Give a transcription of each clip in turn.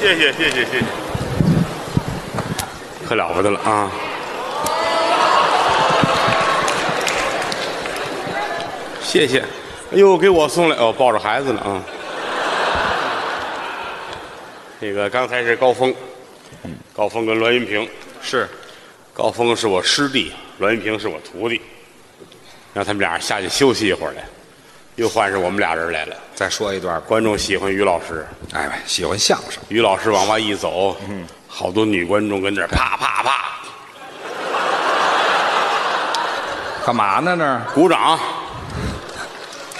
谢谢谢谢谢谢，可了不得了啊！谢谢，哎呦，给我送来哦，抱着孩子呢啊。这个刚才是高峰，高峰跟栾云平，是，高峰是我师弟，栾云平是我徒弟，让他们俩下去休息一会儿来，又换上我们俩人来了。再说一段吧。观众喜欢于老师，哎，喜欢相声，于老师往外一走，好多女观众跟那儿啪啪啪干嘛呢？那儿鼓掌，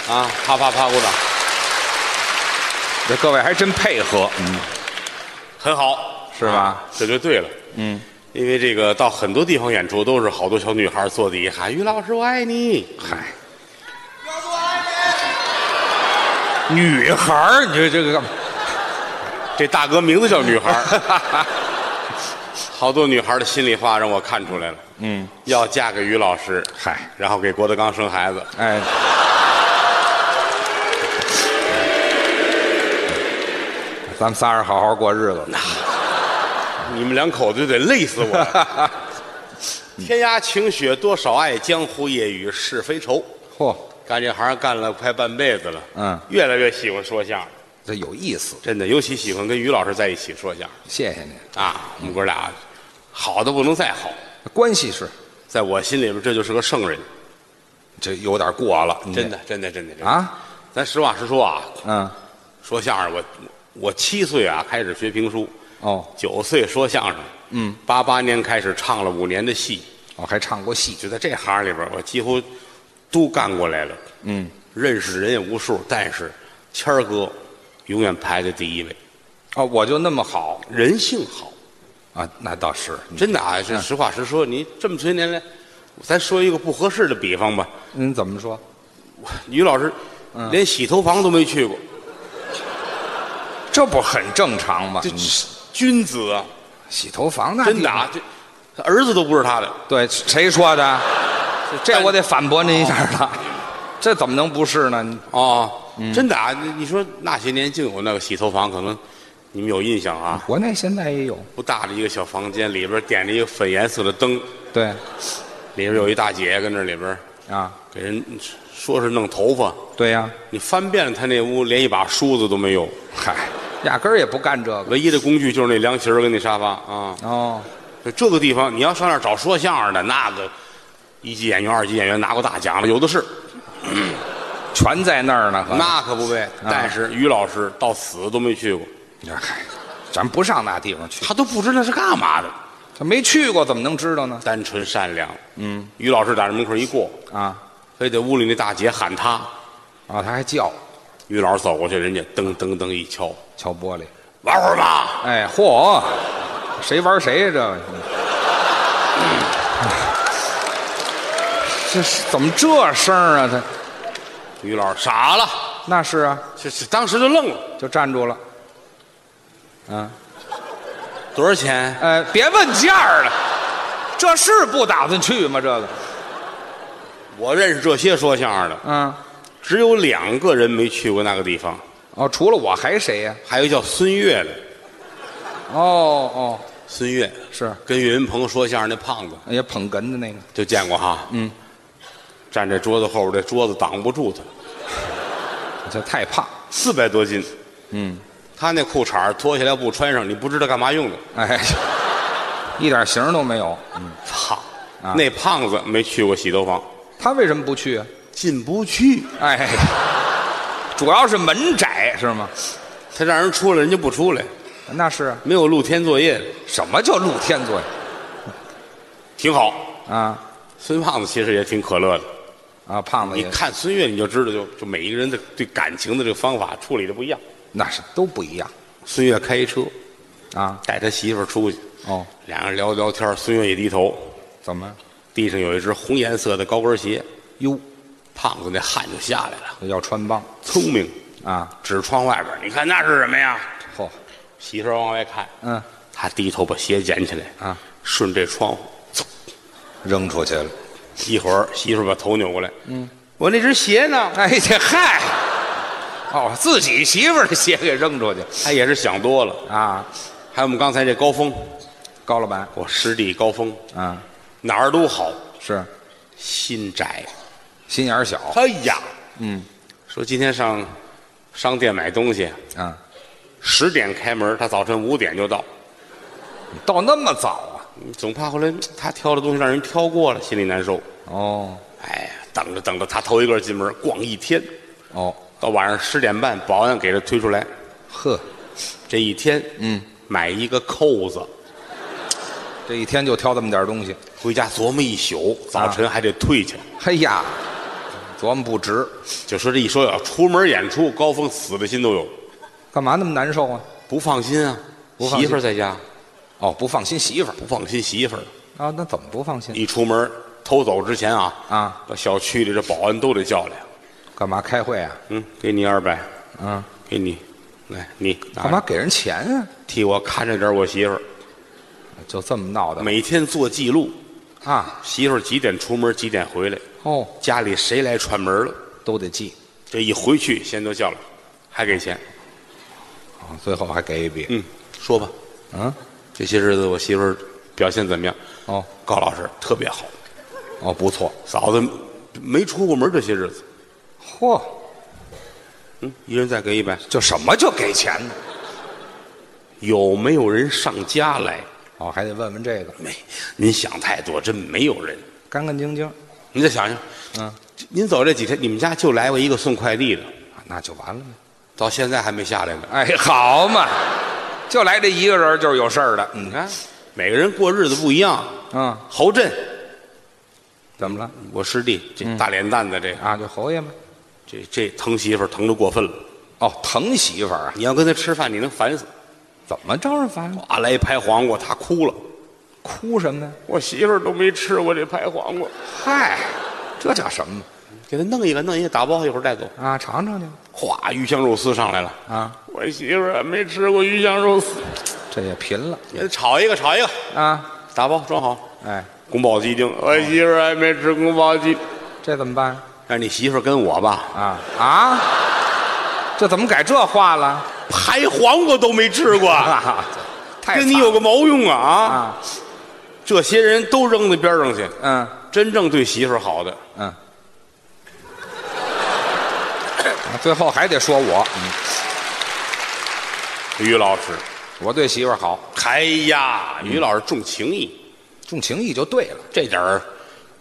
啊，啪啪啪鼓掌，这各位还真配合，嗯，很好，是吧？这就对了，嗯，因为这个到很多地方演出都是好多小女孩坐底下喊于老师我爱你，嗨，女孩儿，你这这个干嘛这大哥名字叫女 孩儿，好多女孩儿的心里话让我看出来了，嗯，要嫁给于老师，嗨，然后给郭德纲生孩子，哎，咱们仨人好好过日子，你们两口子就得累死我了。 天涯晴雪多少爱，江湖夜雨是非愁。嚯，干这行干了快半辈子了，嗯越来越喜欢说相声，这有意思，真的，尤其喜欢跟于老师在一起说相谢谢您。声啊。我们哥俩好的不能再好，关系是，在我心里边这就是个圣人，这有点过了，你这真的，真的，真的。真的，嗯啊，咱实话实说啊，嗯，说相声我我七岁啊开始学评书，哦，九岁说相声，嗯，八八年开始唱了五年的戏，我哦还唱过戏，就在这行里边，我几乎都干过来了。嗯，认识的人也无数，但是谦儿哥永远排在第一位，哦，我就那么好人性好，啊，那倒是，真的啊，这实话实说。你这么些年来，咱说一个不合适的比方吧，您怎么说？于老师连洗头房都没去过，这不很正常吗这？君子啊，洗头房那真的啊，这他儿子都不是他的，对，谁说的？这我得反驳您一下了， 这怎么能不是呢？哦，真的啊！你你说那些年净有那个洗头房，可能你们有印象啊？国内现在也有，不大的一个小房间，里边点着一个粉颜色的灯，对，里边有一大姐跟那里边啊，给人说是弄头发，对呀、你翻遍了她那屋，连一把梳子都没有，嗨，压根儿也不干这个。唯一的工具就是那凉席儿跟那沙发啊。哦，就这个地方，你要上那儿找说相声的，那个一级演员、二级演员拿过大奖的有的是，全在那儿呢，可能那可不呗。但是于老师到死都没去过，嗨，咱不上那地方去，他都不知道是干嘛的。他没去过怎么能知道呢？单纯善良。嗯，于老师打这门口一过，啊，非得屋里那大姐喊他。啊，他还叫于老师走过去，人家噔噔噔一敲，敲玻璃，玩会儿吧。哎，嚯，谁玩谁呀、这？这是怎么这声儿啊？他于老师傻了，那是啊，这这当时就愣了，就站住了。多少钱？呃，别问价儿了，这是不打算去吗？这个，我认识这些说相声的，嗯，只有两个人没去过那个地方，哦，除了我还谁呀、还有一叫孙越的，哦哦，孙越是跟岳云鹏说相声那胖子也捧哏的那个，就见过哈。嗯，站这桌子后边，这桌子挡不住他，这太胖，四百多斤。嗯，他那裤衩儿脱下来不穿上，你不知道干嘛用的。哎， 一点形儿都没有。胖，啊那胖子没去过洗头房，他为什么不去啊？进不去。哎，主要是门窄是吗？他让人出来，人家不出来，那是啊没有露天作业，什么叫露天作业挺好。啊？孙胖子其实也挺可乐的，啊，胖子你也看孙越你就知道就，就每一个人的对感情的这个方法处理的不一样。那是都不一样孙越开一车啊。带他媳妇儿出去，哦，俩人聊聊天，孙越一低头，怎么？地上有一只红颜色的高跟鞋，哟，胖子那汗就下来了。要穿帮聪明，啊？指着窗外边儿，你看那是什么呀？嚯、媳妇儿往外看，嗯，他低头把鞋捡起来，啊，顺这窗户扔出去了。一会儿媳妇儿把头扭过来，嗯，我那只鞋呢？哎，这嗨，哦，自己媳妇儿的鞋给扔出去他也是想多了。啊，还有我们刚才这高峰，高老板我师弟高峰啊，哪儿都好，是心窄。心眼儿小哎呀，嗯，说今天上商店买东西，啊，十点开门，他早晨五点就到，你到那么早啊？总怕后来嗯他挑的东西让人挑过了，心里难受。哦哎呀，等着等着，他头一个进门，逛一天，哦，到晚上十点半，保安给他推出来。呵，这一天，嗯，买一个扣子，这一天就挑这么点儿东西，回家琢磨一宿，早晨还得退去。嘿呀，琢磨不值，就说这一说要出门演出，高峰死的心都有，干嘛那么难受啊？不放心啊。不放心媳妇儿在家，哦，不放心媳妇儿不放心媳妇儿。啊？那怎么不放心一出门偷走之前啊，啊？把小区里这保安都得叫来。干嘛开会啊？嗯，给你二百，啊，给你，来你拿着干嘛给人钱啊？替我看着点我媳妇儿？就这么闹的每天做记录，啊？媳妇儿几点出门，几点回来，哦，家里谁来串门了？都得记这一回去，先都叫了，还给钱。啊，最后还给一笔，嗯，说吧，嗯，这些日子我媳妇儿表现怎么样？哦高老师特别好，哦，不错，嫂子没出过门这些日子，嚯，嗯，一人再给一百，就什么就给钱呢？有没有人上家来？哦，还得问问这个，没，您想太多，真没有人。干干净啊净，您再想想，嗯，您走这几天，你们家就来过一个送快递的，啊那就完了呗。到现在还没下来呢。哎，好嘛，就来这一个人就是有事儿的。你嗯看，每个人过日子不一样。啊，侯震，怎么了？我师弟，这大脸蛋子，这啊，就侯爷嘛。这这疼媳妇儿疼的过分了。哦，疼媳妇儿啊？你要跟他吃饭，你能烦死。怎么招人烦？啊，来一拍黄瓜，他哭了。哭什么呀？我媳妇儿都没吃过这拍黄瓜，嗨，这叫什么给他弄一个，弄一个，打包一会儿带走。啊？尝尝去哗，鱼香肉丝上来了。啊！我媳妇儿没吃过鱼香肉丝，这也贫了给他炒一个，炒一个，啊！打包装好。哎，宫保鸡丁，我媳妇儿还没吃宫保鸡。这怎么办让你媳妇儿跟我吧，啊？啊，这怎么改这话了？拍黄瓜都没吃 过，啊， 太跟你惨有个毛用啊了啊！啊？这些人都扔在边上去，嗯真正对媳妇儿好的，嗯。最后还得说我，嗯于老师。我对媳妇儿好，哎呀，嗯于老师重情义，重情义就对了。这点儿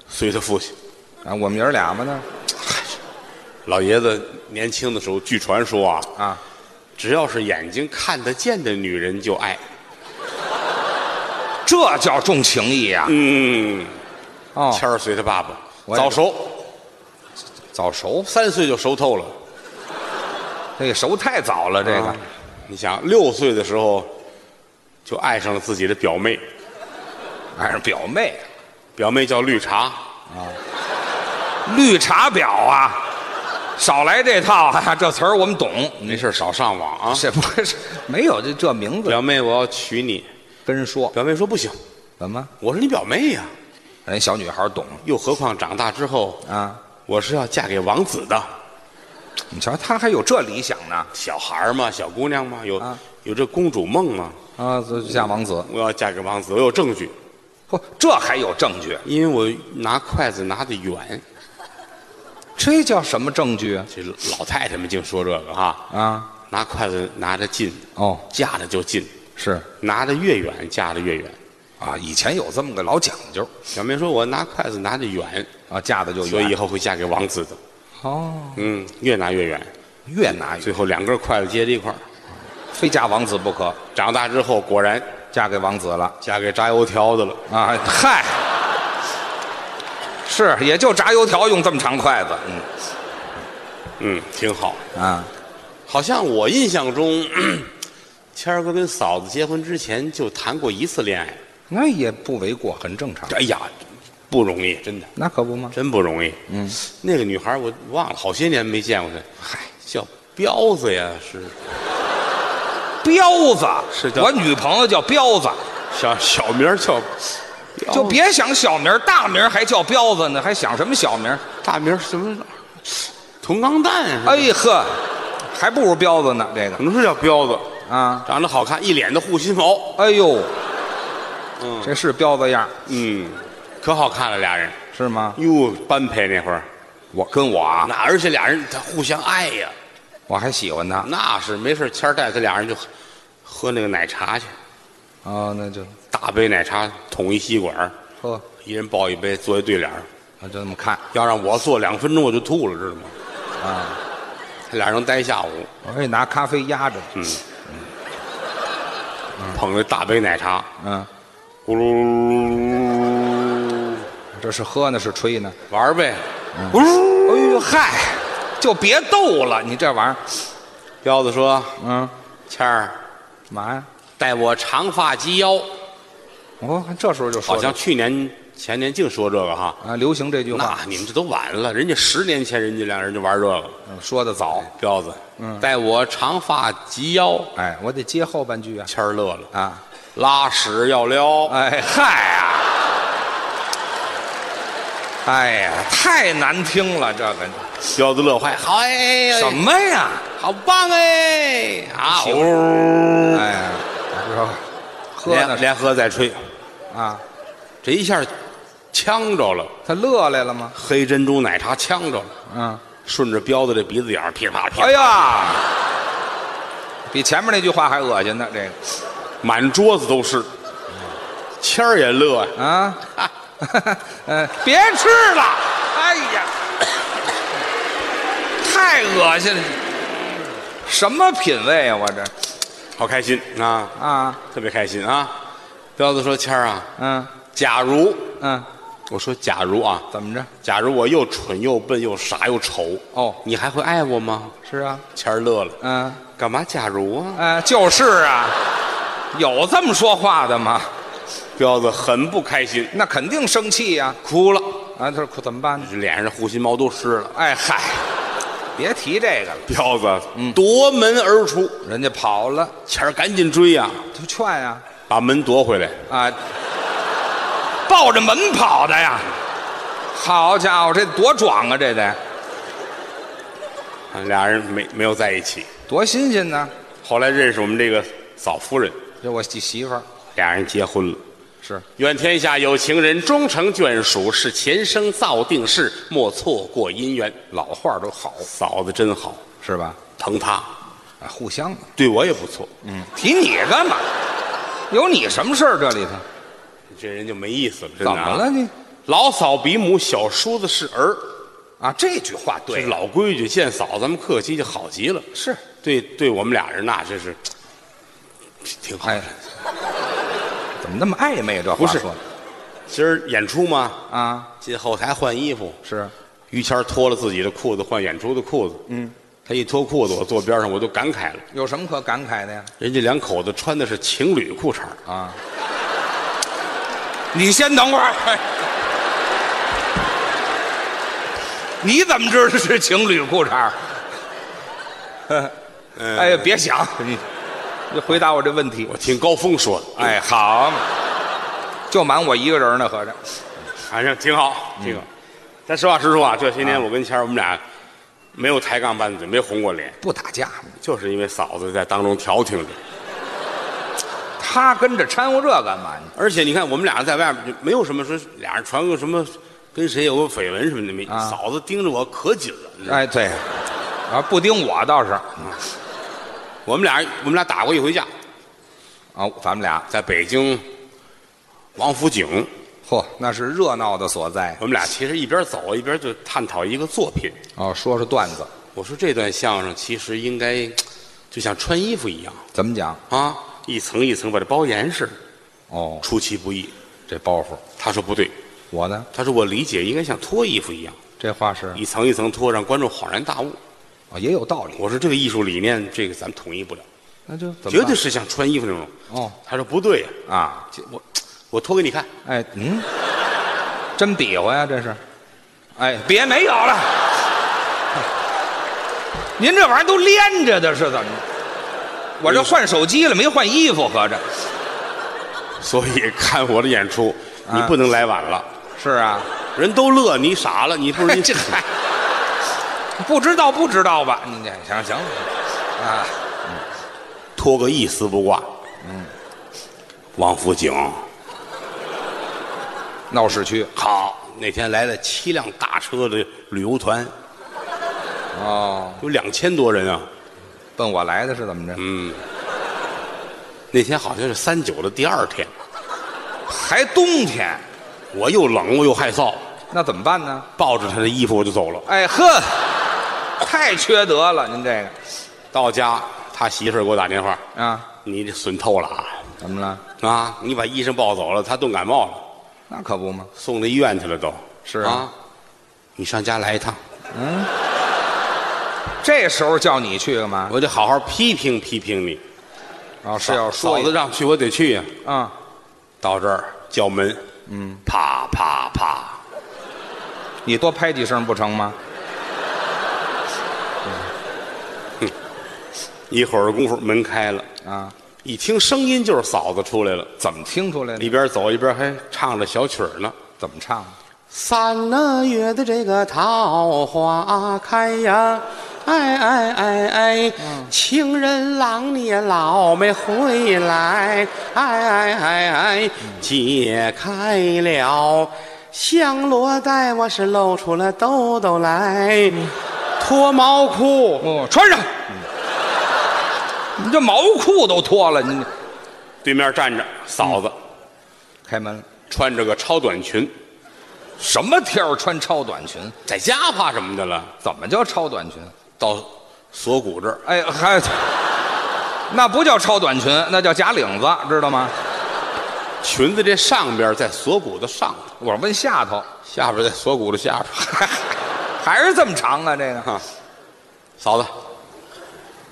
随他父亲。 啊，我们爷儿俩嘛呢？老爷子年轻的时候，据传说啊，啊，只要是眼睛看得见的女人就爱。这叫重情义呀、嗯，哦，谦儿随他爸爸，我也早熟，早熟，三岁就熟透了。这熟太早了，这个、啊你想，六岁的时候就爱上了自己的表妹，还是表妹，表妹叫绿茶，绿茶婊啊，少来这套啊， 这词儿我们懂。没事儿少上网啊。这不是没有这这名字，表妹，我要娶你。跟人说表妹说不行，怎么？我是你表妹呀、人小女孩懂又何况长大之后，啊？我是要嫁给王子的。你瞧，她还有这理想呢小孩儿嘛，小姑娘嘛，有、啊有这公主梦嘛。啊！这就像王子，我要嫁给王子，我有证据，嚯，这还有证据？因为我拿筷子拿得远。这叫什么证据啊？这老太太们净说这个哈，啊，拿筷子拿得近，哦，嫁的就近，是拿得越远嫁的越远。啊，以前有这么个老讲究小妹说，我拿筷子拿得远，啊，嫁的就远所以以后会嫁给王子的。哦，嗯，越拿越远，越拿越哎最后两根筷子接在一块儿。非嫁王子不可。长大之后，果然嫁给王子了嫁给炸油条的了。啊！嗨，是也就炸油条用这么长筷子，嗯嗯，挺好。啊，好像我印象中， 咳谦儿哥跟嫂子结婚之前就谈过一次恋爱。那也不为过，很正常。哎呀，不容易，真的，那可不吗？真不容易。嗯，那个女孩我忘了，好些年没见过她，嗨，叫彪子呀，是彪子是叫我女朋友叫哦彪子，小小名儿叫彪子，就别想小名儿，大名儿还叫彪子呢，还想什么小名儿？大名儿什么铜钢蛋是吧哎呵，还不如彪子呢，这怎个哎么是叫彪子？啊，长得好看，一脸的护心毛，哎呦，嗯这是彪子样嗯，可好看了，俩人。是吗？哟，般配那会儿，我跟我啊，那而且俩人他互相爱呀，我还喜欢他那是没事，谦儿带他俩人就喝喝那个奶茶去，哦，那就大杯奶茶捅一吸管儿，呵，一人抱一杯，坐一对脸儿。啊就这么看要让我坐两分钟我就吐了，知道吗？啊，他俩人能待一下午，我可以拿咖啡压着，嗯捧着大杯奶茶，嗯，咕噜噜这是喝呢是吹呢？玩儿呗，咕噜。哎呦嗨，就别逗了，你这玩意儿，彪子说嗯，：“谦儿，干嘛呀？带我长发及腰。哦，这时候就”说好了像去年前年净说这个哈。啊，流行这句话那你们这都晚了，人家十年前人家两人就玩这个。嗯说的早，彪子，嗯，带我长发及腰。哎，我得接后半句啊谦儿乐了，啊，拉屎要撩。哎嗨呀、哎呀，太难听了，这个彪子乐坏，好哎，哎什？么呀？好棒哎！啊，喜欢呜，哎呀，我说喝连呢连喝再吹，啊，这一下呛着了，他乐来了吗？黑珍珠奶茶呛着了，嗯，顺着彪子这鼻子眼儿噼啪噼啪哎，呀，比前面那句话还恶心呢，这满桌子都是。谦儿也乐呀，个啊，呃，别吃了，哎呀，太恶心了，什么品味啊，我这好开心啊，啊，特别开心啊！彪子说：“谦儿啊，嗯假如嗯，我说假如啊，怎么着？假如我又蠢又笨又傻又丑，哦你还会爱我吗是啊，？”谦儿乐了，嗯。干嘛假如啊？呃，就是啊，有这么说话的吗？彪子很不开心，那肯定生气呀、哭了，啊！他说可怎么办呢？脸上护心毛都湿了。哎嗨，别提这个了，彪子嗯夺门而出，人家跑了，谦儿赶紧追呀、啊他劝呀把门夺回来。啊，抱着门跑的呀。好家伙，这多壮啊！这得啊俩人没没有在一起。多新鲜呢！后来认识我们这个嫂夫人，这我媳媳妇儿俩人结婚了。是愿天下有情人终成眷属，是前生造定事，莫错过姻缘。老话儿都好嫂子真好，是吧？疼她，啊，互相的，对我也不错。嗯，提你干嘛？有你什么事儿？这里头这人就没意思了，真怎的、啊么了？你？老嫂比母，小叔子是儿，啊？这句话这对是老规矩。见嫂咱们客气就好极了。是对，对我们俩人那真是挺好。哎，怎么那么暧昧？这话不是说的今儿演出嘛，啊，进后台换衣服，是于谦儿脱了自己的裤子换演出的裤子。嗯，他一脱裤子，我坐边上我都感慨了，有什么可感慨的呀？人家两口子穿的是情侣裤衩儿啊，你先等会儿，哎你怎么知道是情侣裤衩儿？哎呀，别想，你你回答我这问题。我听高峰说的，哎，哎，好嘛，就瞒我一个人呢，合着反正啊挺好，挺好。咱实话实说啊，这些年我跟谦儿我们俩没有抬杠拌嘴，没红过脸，不打架，就是因为嫂子在当中调停着。他跟着掺和这干嘛呢？而且你看，我们俩在外面就没有什么说俩人传个什么跟谁有个绯闻什么的没。啊嫂子盯着我可紧了，你知道吗哎，对，啊，不盯我倒是啊，我们俩我们俩打过一回架，哦咱们俩在北京王府井，嚯，那是热闹的所在。我们俩其实一边走一边就探讨一个作品。哦，说说段子，我说这段相声其实应该就像穿衣服一样怎么讲？啊，一层一层把它包严实，哦，出其不意。这包袱，他说不对，我呢？他说我理解应该像脱衣服一样，这话是一层一层脱，让观众恍然大悟。哦，也有道理。我说这个艺术理念，这个咱们统一不了，那就怎么绝对是是像穿衣服那种。哦他说不对呀、啊，这我我脱给你看， 哎，嗯，真比划呀，这是。哎，别没有了，您这玩意儿都连着的，是怎么着？我这换手机了，没换衣服，合着所以看我的演出，你啊不能来晚了。是啊。人都乐，你 傻了，你不是你这嗨，不知道不知道吧？你这行行了，啊， 脱个一丝不挂。嗯，王府井闹市区好，那天来了七辆大车的旅游团，哦，有两千多人啊。奔我来的是怎么着？嗯那天好像是三九的第二天，还冬天，我又冷我又害臊，那怎么办呢？抱着他的衣服我就走了。哎呵，太缺德了，您这到家，他媳妇儿给我打电话，个啊，你这损透了啊！怎么了？啊，你把医生抱走了，他冻感冒了，那可不嘛，送到医院去了都。是啊你上家来一趟，这时候叫你去干嘛？我得好好批评批评你。啊，是要说嫂一子让去，我得去呀。啊，到这儿叫门，嗯，啪啪啪，你多拍几声不成吗？一会儿功夫门开了，啊，一听声音就是嫂子出来了，怎么听出来的？哦一边走一边还唱着小曲儿呢。怎么唱？三了月的这个桃花开呀，哎哎哎哎，情人郎你也老没回来，哎哎哎哎，解开了香罗带，我是露出了兜兜来，脱毛裤，哦，穿上。你这毛裤都脱了，你对面站着嫂子，开门了。穿着个超短裙，什么天儿穿超短裙？在家怕什么的了？怎么叫超短裙？到锁骨这儿，哎，还、那不叫超短裙，那叫假领子，知道吗？裙子这上边在锁骨的上头，我问下头，下边在锁骨的下边。还是这么长啊？这个啊，嫂子，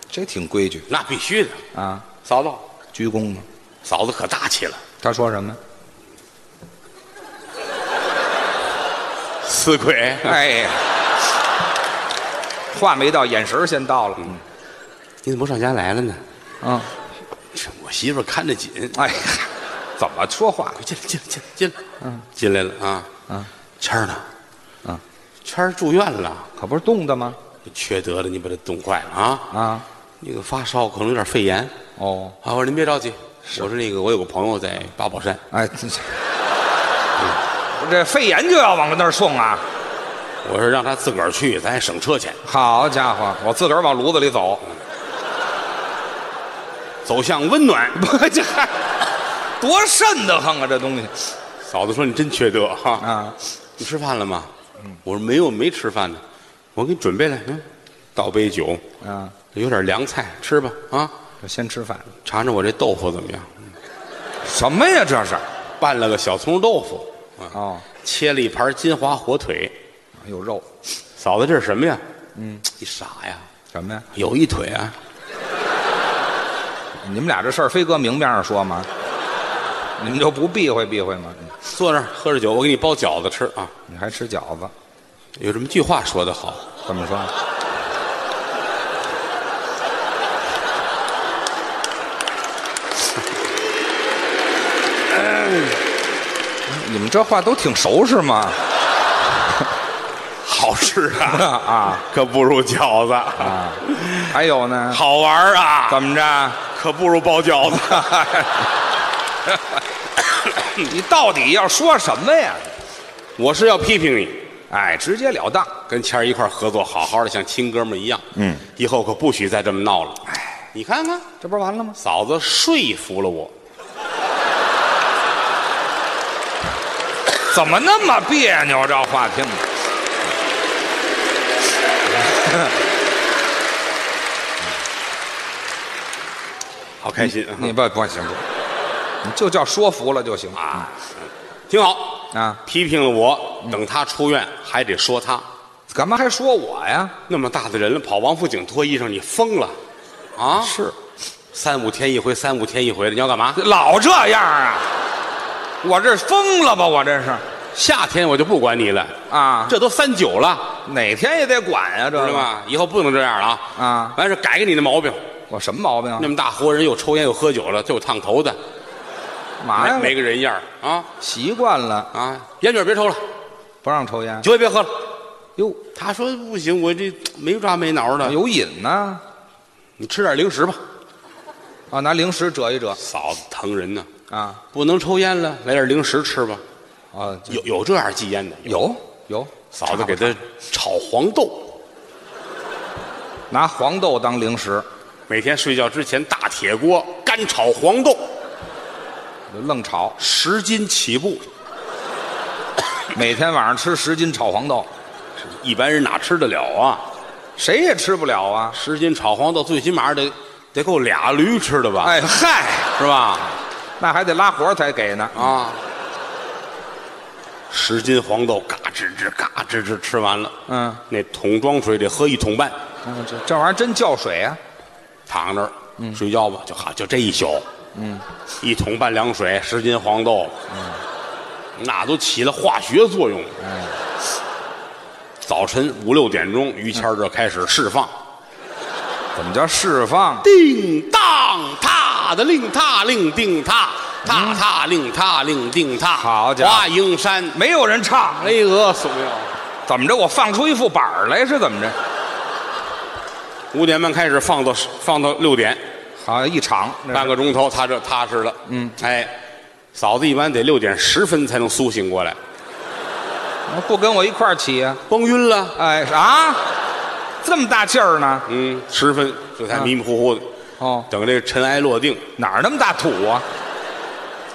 这挺规矩那必须的。啊，嫂子，鞠躬嘛。嫂子可大气了，他说什么？死鬼。哎呀，话没到，眼神儿先到了。嗯你怎么不上家来了呢？嗯，这我媳妇儿看着紧。哎呀，怎么说话？快进来，进来，进来，进来。嗯，进来了啊。嗯，谦儿呢？嗯，谦儿住院了，可不是冻的吗？缺德的，你把他冻坏了啊！啊，那个发烧可能有点肺炎。哦，啊，我说您别着急，我说那个我有个朋友在八宝山，哎，这这肺炎就要往那儿送啊！我说让他自个儿去，咱也省车钱。好家伙，我自个儿往炉子里走， 走向温暖。不这还多瘆得慌啊！这东西嫂子说你真缺德哈、啊，你吃饭了吗？我说没有，没吃饭呢。我给你准备了，嗯，倒杯酒，啊，有点凉菜，吃吧啊。这先吃饭。尝尝我这豆腐怎么样？什么呀？这是？拌了个小葱豆腐，啊哦，切了一盘金华火腿。有肉。嫂子，这是什么呀？嗯，你傻呀？什么呀？有一腿啊！你们俩这事儿非搁明面上说吗？你们就不避讳避讳吗？坐那儿喝着酒，我给你包饺子吃啊。你还吃饺子？有这么句话说得好，怎么说？ 你们这话都挺熟是吗？好吃啊， 啊，可不如饺子；还有呢？好玩啊，怎么着？可不如包饺子。你到底要说什么呀？ 我是要批评你，哎，直截了当。跟谦儿一块儿合作，好好的像亲哥们儿一样。嗯，以后可不许再这么闹了。哎，你看看，这不是完了吗？嫂子说服了我。怎么那么别扭？这话听着。好开心啊！你不不行不，你就叫说服了就行啊，挺好。啊！批评了我，等他出院还得说他。干嘛还说我呀？那么大的人了，跑王府井脱衣裳，你疯了啊？是，三五天一回，三五天一回的，你要干嘛？老这样啊！我这疯了吧？我这是夏天我就不管你了，啊，这都三九了，哪天也得管呀、啊，知这道个吗？以后不能这样了啊！啊完事改改你的毛病。我什么毛病啊那？么大活人又抽烟又喝酒了，就烫头的，嘛没呀？没个人样儿啊习惯了，啊！烟卷别抽了，不让抽烟。酒也别喝了。哟，哎他说不行，我这没抓没挠的。有瘾呢、你吃点零食吧。啊，拿零食折一折嫂子疼人呢，啊不能抽烟了，来点零食吃吧。啊，有有这样戒烟的，有有，嫂子给他炒黄豆，拿黄豆当零食，每天睡觉之前大铁锅干炒黄豆，就愣炒，十斤起步，每天晚上吃十斤炒黄豆，一般人哪吃得了啊？谁也吃不了啊。十斤炒黄豆，最起码得得够俩驴吃的吧？，哎嗨，是吧？那还得拉活才给呢。啊，十斤黄豆，嘎吱吱，嘎吱吱，吃完了，嗯，那桶装水得喝一桶半，嗯这这玩意儿真叫水啊！躺那儿、嗯睡觉吧，就好，就这一宿，嗯，一桶半凉水，十斤黄豆，嗯那都起了化学作用。早晨五六点钟，于谦儿就开始释嗯放，怎么叫释放？叮当踏的令踏令定踏，踏踏令踏令定踏。嗯好家伙哎华蓥山没有人唱，巍峨耸耀。怎么着？我放出一副板儿来是怎么着？五点半开始放到放到六点，好啊像一场，半个钟头，他这踏实了。嗯，哎，嫂子一般得六点十分才能苏醒过来，不跟我一块儿起啊？崩晕了。哎啊，这么大劲儿呢？嗯，十分这才迷迷糊糊的。哦，等这个尘埃落定，哪儿那么大土啊？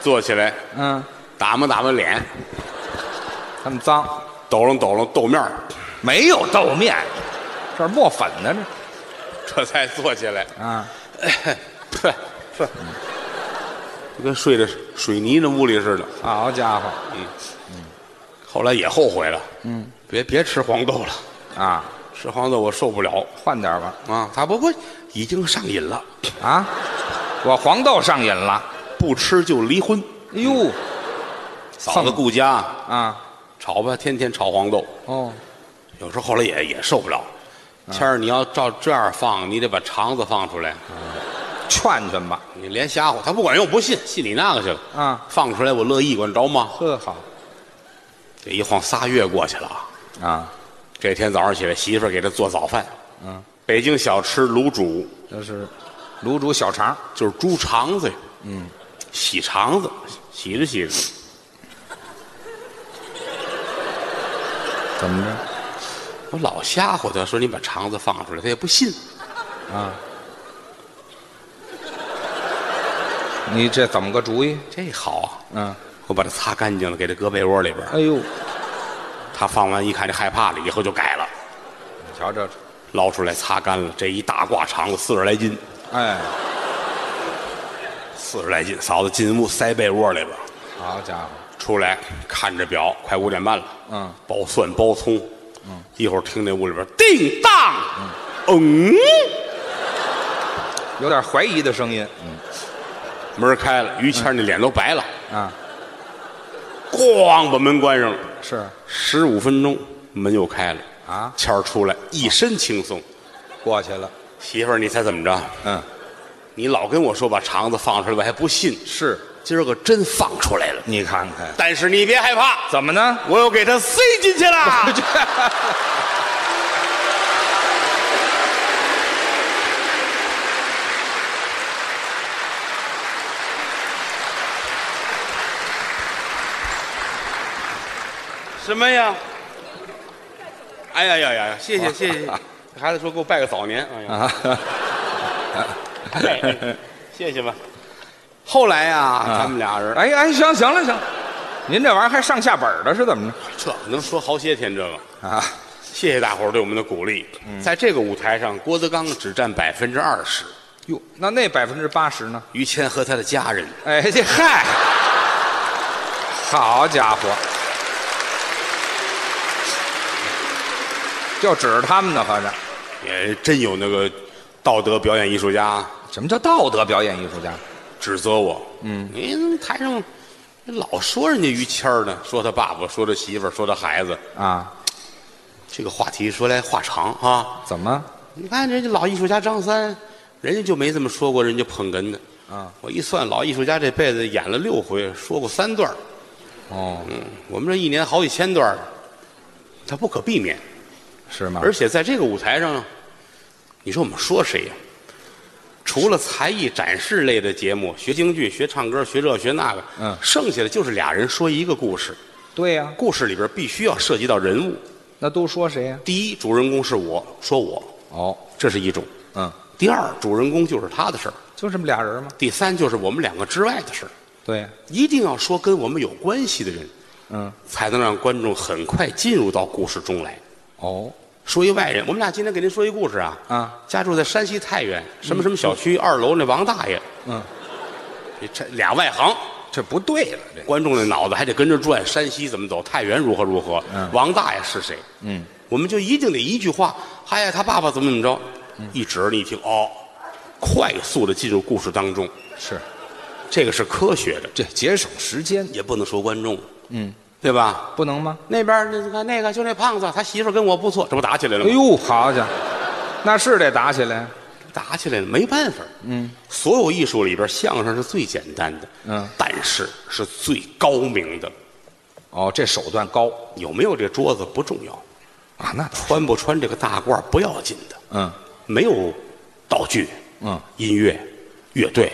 坐起来嗯，打磨打磨脸，那么脏，抖楞抖楞豆面儿 没有豆面，这是磨粉呢这这才坐起来。啊，哎对，是，就 跟睡在水泥那屋里似的。啊好家伙后来也后悔了，嗯，别别吃黄豆了，啊，吃黄豆我受不了换点儿吧啊！他不不，已经上瘾了，啊，我黄豆上瘾了，不吃就离婚。哎呦嫂子顾家啊，炒吧，天天炒黄豆，哦，有时候后来也也受不了。啊谦儿，你要照这样放，你得把肠子放出来。劝劝吧，你连瞎唬他不管用，不信，信你那个去了啊！放出来我乐意，管着吗？呵好这一晃仨月过去了啊。啊，这天早上起来，媳妇儿给他做早饭，嗯，北京小吃卤煮这是卤煮小肠，就是猪肠子，嗯，洗肠子，洗着洗着，怎么着我老吓唬他说你把肠子放出来，他也不信。啊？你这怎么个主意？这好啊，嗯，我把它擦干净了，给他搁被窝里边儿。哎呦，你他放完一看就害怕了，以后就改了，瞧这，捞出来擦干了，这一大挂肠子四十来斤，哎，四十来斤。嫂子进屋塞被窝里边儿，好家伙，出来看着表，快五点半了，嗯，剥蒜剥葱，嗯，一会儿听那屋里边儿叮当，嗯。有点怀疑的声音，门开了，于谦儿那脸都白了，啊，咣把门关上了。是十五分钟，门又开了，啊，谦儿出来一身轻松。过去了，媳妇儿，你猜怎么着？嗯，你老跟我说把肠子放出来，我还不信。是，今儿个真放出来了，你看看，但是你别害怕，怎么呢？我又给它塞进去了。什么呀？哎呀呀呀！谢谢谢谢，孩子说给我拜个早年，哎呀，啊，哎谢谢吧。后来呀，咱们俩人哎哎，行行了行，您这玩意儿还上下本儿的是怎么着？这能说好些天这个。啊，谢谢大伙儿对我们的鼓励。在这个舞台上，郭德纲只占百分之二十，哟，那那百分之八十呢？于谦和他的家人。哎，这嗨，好家伙，就指着他们呢，合着。也真有那个道德表演艺术家什么叫道德表演艺术家？指责我，嗯，你怎么台上老说人家于谦儿呢？说他爸爸，说他媳妇儿，说他孩子，啊？这个话题说来话长啊。怎么？你看人家老艺术家张三，人家就没这么说过，人家捧哏的。啊，我一算，老艺术家这辈子演了六回，说过三段儿哦，我们这一年好几千段儿他不可避免。是吗？而且在这个舞台上，你说我们说谁呀、除了才艺展示类的节目，学京剧、学唱歌、学这学那个，嗯剩下的就是俩人说一个故事，对呀、故事里边必须要涉及到人物。那都说谁呀、第一，主人公是我，说我，哦，这是一种；嗯，第二，主人公就是他的事儿；就这么俩人嘛。第三，就是我们两个之外的事儿。对呀、一定要说跟我们有关系的人，嗯，才能让观众很快进入到故事中来。哦，说一外人，我们俩今天给您说一故事啊。啊，家住在山西太原什么什么小区二楼那王大爷，嗯，这这俩外行，这不对了，这观众的脑子还得跟着转，山西怎么走，太原如何如何，嗯王大爷是谁？嗯，我们就一定得一句话，哎呀，他爸爸怎么怎么着，嗯一指你一听哦，快速的进入故事当中，是这个是科学的，这节省时间，也不能说观众，嗯，对吧？不能吗？那边儿那你看那个就那胖子，他媳妇儿跟我不错，这不打起来了哎吗？呦，好家伙，那是得打起来。打起来了，没办法。嗯，所有艺术里边，相声是最简单的，嗯但是是最高明的。哦，这手段高有没有这桌子不重要，啊，那倒是穿不穿这个大褂不要紧的，嗯没有道具，嗯，音乐、乐队、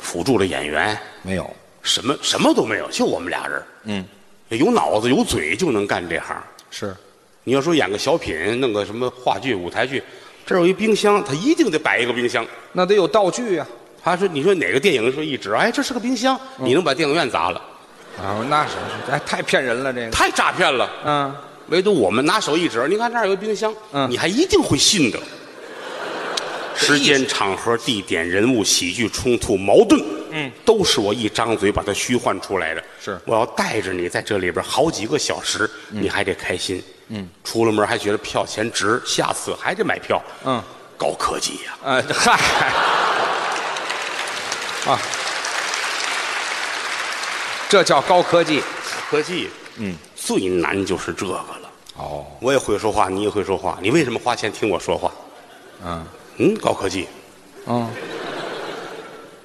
辅助的演员，没有，什么什么都没有，就我们俩人，嗯，有脑子有嘴就能干这行。是你要说演个小品，弄个什么话剧、舞台剧，这儿有一冰箱，他一定得摆一个冰箱。那得有道具啊。他说：“你说哪个电影说一指，哎，这是个冰箱，你能把电影院砸了，啊，那是是哎，太骗人了这个。太诈骗了。嗯，唯独我们拿手一指，你看这儿有一冰箱，嗯你还一定会信 的。这时意思间、场合、地点、人物、喜剧、冲突、矛盾，嗯，都是我一张嘴把它虚幻出来的。是我要带着你在这里边好几个小时，你还得开心。嗯，出了门还觉得票钱值，下次还得买票。嗯，高科技呀、呃，嗨，啊，这叫高科技。科技，嗯，最难就是这个了。哦，我也会说话，你也会说话，你为什么花钱听我说话？嗯嗯，高科技。嗯，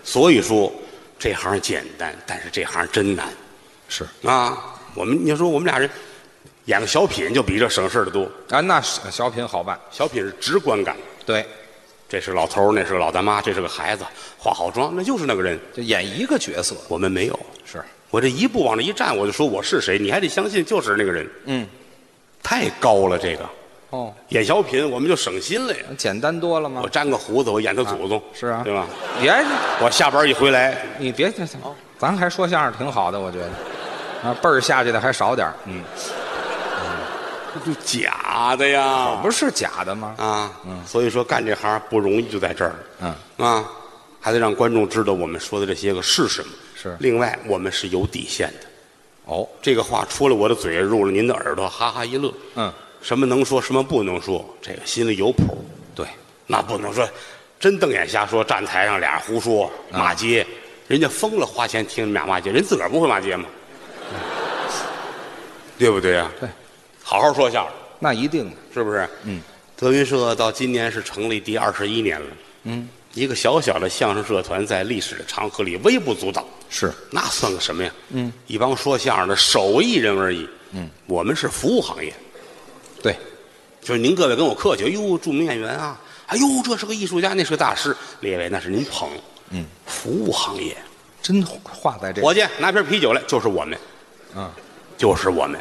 所以说，这行简单，但是这行真难是啊！我们你说我们俩人演个小品，就比这省事的多。啊，那是小品好办。小品是直观感，对，这是个老头儿，那是个老大妈，这是个孩子，化好妆，那就是那个人。就演一个角色我们没有，是。我这一步往这一站，我就说我是谁，你还得相信就是那个人。嗯，太高了，这个哦，演小品我们就省心了呀。简单多了吗我？粘个胡子，我演他祖宗，是啊对吧？别，我下班一回来，你别这行，咱还说相声挺好的，我觉得。 啊，辈儿下去的还少点儿嗯，就假的呀，不是假的吗？啊，所以说干这行不容易就在这儿，嗯，啊，还得让观众知道我们说的这些个是什么。是另外，我们是有底线的，哦，这个话出了我的嘴，入了您的耳朵，哈哈一乐。嗯，什么能说，什么不能说，这个心里有谱。对，那不能说真瞪眼瞎说，站台上俩人胡说骂街，人家疯了花钱听你们俩骂街，人自个儿不会骂街吗？对不对呀、对，好好说相声。那一定的。是不是？嗯，德云社到今年是成立第二十一年了。嗯，一个小小的相声社团在历史的长河里微不足道，是那算个什么呀？嗯，一帮说相声的手艺人而已。嗯，我们是服务行业，对，就是您各位跟我客气，哎呦，著名演员啊，哎呦，这是个艺术家，那是个大师，列位那是您捧。嗯，服务行业，真话在这伙计拿瓶啤酒来，就是我们，嗯，就是我们。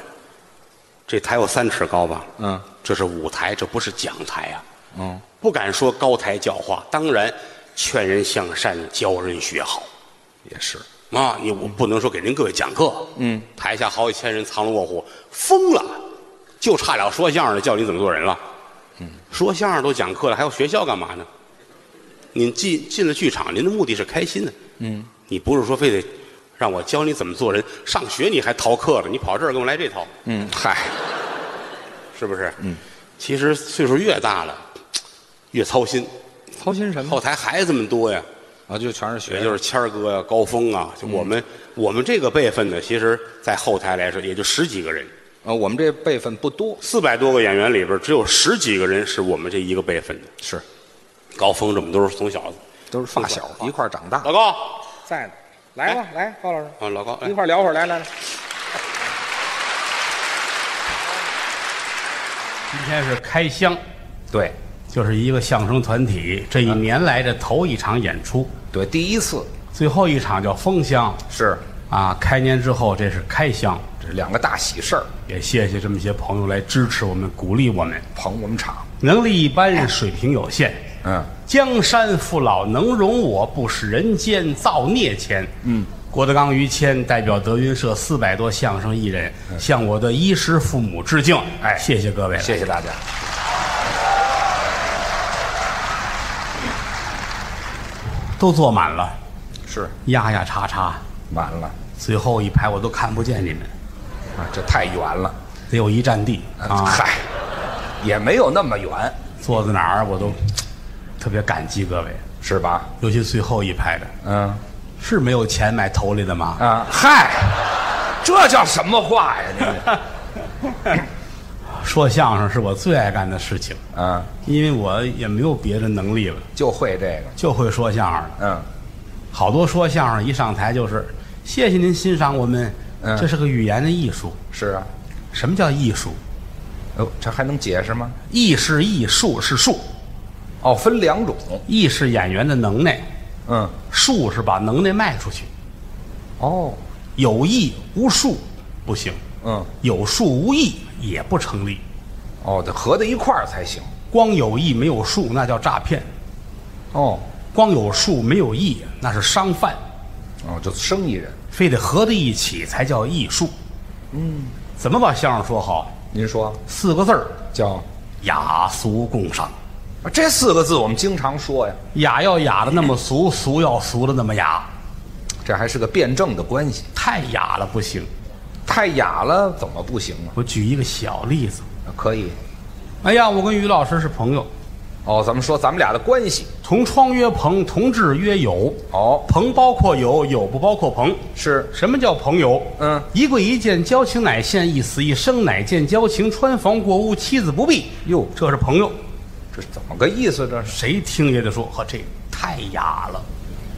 这台有三尺高吧？嗯，这是舞台，这不是讲台啊。嗯，不敢说高台教化，当然劝人向善，教人学好也是。啊！你我不能说给您各位讲课，嗯，台下好几千人藏龙卧虎，疯了，就差了说相声的教你怎么做人了。嗯，说相声都讲课了，还要学校干嘛呢？您进进了剧场，您的目的是开心的，嗯，你不是说非得让我教你怎么做人？上学你还逃课了，你跑这儿跟我来这套，嗯，嗨，是不是？嗯，其实岁数越大了，越操心，操心什么后？台孩子们多呀。啊，就全是学也生就是谦儿哥呀、高峰啊，就我们、我们这个辈分呢，其实，在后台来说，也就十几个人，啊，我们这辈分不多。四百多个演员里边，只有十几个人是我们这一个辈分的。是，高峰这么都是从小的，都是发小啊哦哎一块儿长大老。高在呢，来吧，来，高老师，啊，老高，哎一块儿聊会儿，来来来。今天是开箱，对，就是一个相声团体这一年来的头一场演出，对，第一次最后一场叫封箱是啊。开年之后，这是开箱，这两个大喜事儿，也谢谢这么些朋友来支持我们、鼓励我们。捧我们场。能力一般人，水平有限。嗯，江山父老能容我，不使人间造孽钱。嗯，郭德纲、于谦代表德云社四百多相声艺人，向我的衣食父母致敬。哎谢谢各位了，谢谢大家。都坐满了，是压压叉叉，完了最后一排我都看不见你们，啊，这太远了。得有一站地啊。哎嗨，也没有那么远，坐在哪儿我都特别感激各位，是吧？尤其最后一排的，嗯是没有钱买头里的吗？啊，嗨，这叫什么话呀？这个说相声是我最爱干的事情， 啊，因为我也没有别的能力了，就会这个。就会说相声了。嗯，好多说相声一上台就是谢谢您欣赏我们，嗯这是个语言的艺术。是啊。什么叫艺术？哦，这还能解释吗？艺是艺术是术，哦，分两种。艺是演员的能耐，嗯，术是把能耐卖出去。哦，有艺无术不行，嗯，有术无艺也不成立。哦，得合在一块儿才行。光有艺没有术，那叫诈骗；哦，光有术没有艺，那是商贩。哦，就生意人。非得合在一起才叫艺术。嗯，怎么把相声说好？您说四个字儿：叫雅俗共赏。啊这四个字，我们经常说呀，雅要雅的那么俗，俗要俗的那么雅，这还是个辩证的关系。太雅了不行。太雅了怎么不行啊？我举一个小例子，可以。哎呀，我跟于老师是朋友，哦，咱们说咱们俩的关系。同窗曰朋，同志曰友。哦，朋包括友，友不包括朋。是什么叫朋友？嗯一跪一见，交情乃现；一死一生，乃见交情。穿房过屋，妻子不避。哟这是朋友，这怎么个意思？这是谁听也得说，呵，这太雅了。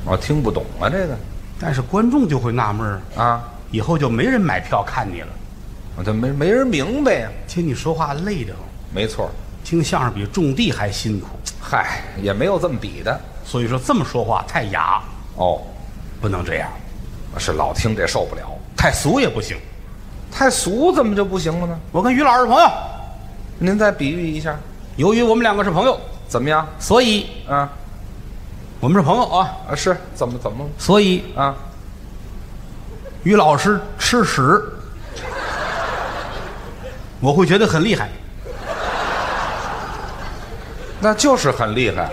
我听不懂啊，这个但是观众就会纳闷儿，啊，以后就没人买票看你了，我这没没人明白呀、听你说话累得慌，没错儿，听相声比种地还辛苦。嗨，也没有这么比的。所以说这么说话太雅，哦，不能这样；是老听这受不了，太俗也不行。太俗怎么就不行了呢？我跟于老师是朋友，您再比喻一下，由于我们两个是朋友，怎么样？所以啊我们是朋友啊。啊，是怎么怎么所以啊？于老师吃屎，我会觉得很厉害。那就是很厉害。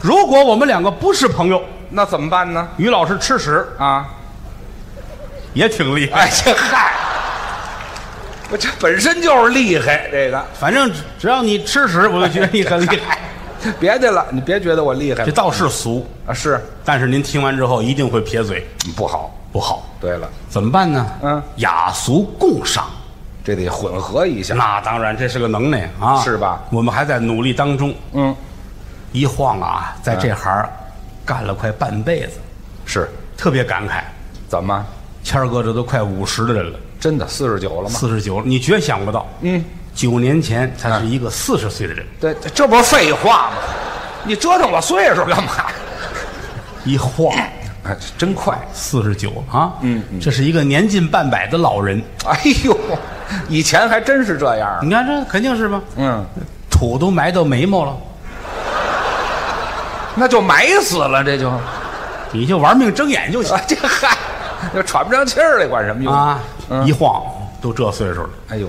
如果我们两个不是朋友，那怎么办呢？于老师吃屎啊，也挺厉害。哎，这嗨，我这本身就是厉害，这个反正只只要你吃屎，我就觉得你很厉害。 别的了，你别觉得我厉 害这倒是俗，啊，是但是您听完之后一定会撇嘴，嗯不好。不好，对了，怎么办呢？嗯，雅俗共赏，这得混合一下。那当然这是个能耐啊，是吧？我们还在努力当中，嗯，一晃啊，在这行儿干了快半辈子，是，特别感慨。怎么？谦儿哥这都快五十的人了，真的四十九了吗？四十九了，你绝想不到，嗯，九年前他是一个四十岁的人，对，这这不是废话吗？你折腾我岁数干嘛？ 一晃哎，真快！四十九啊，嗯，这是一个年近半百的老人，哎呦，以前还真是这样。你看这肯定是吧？嗯，土都埋到眉毛了。那就埋死了，这就你就玩命睁眼就行啊，这嗨，就喘不上气儿来，管什么用啊！嗯一晃都这岁数了，哎呦，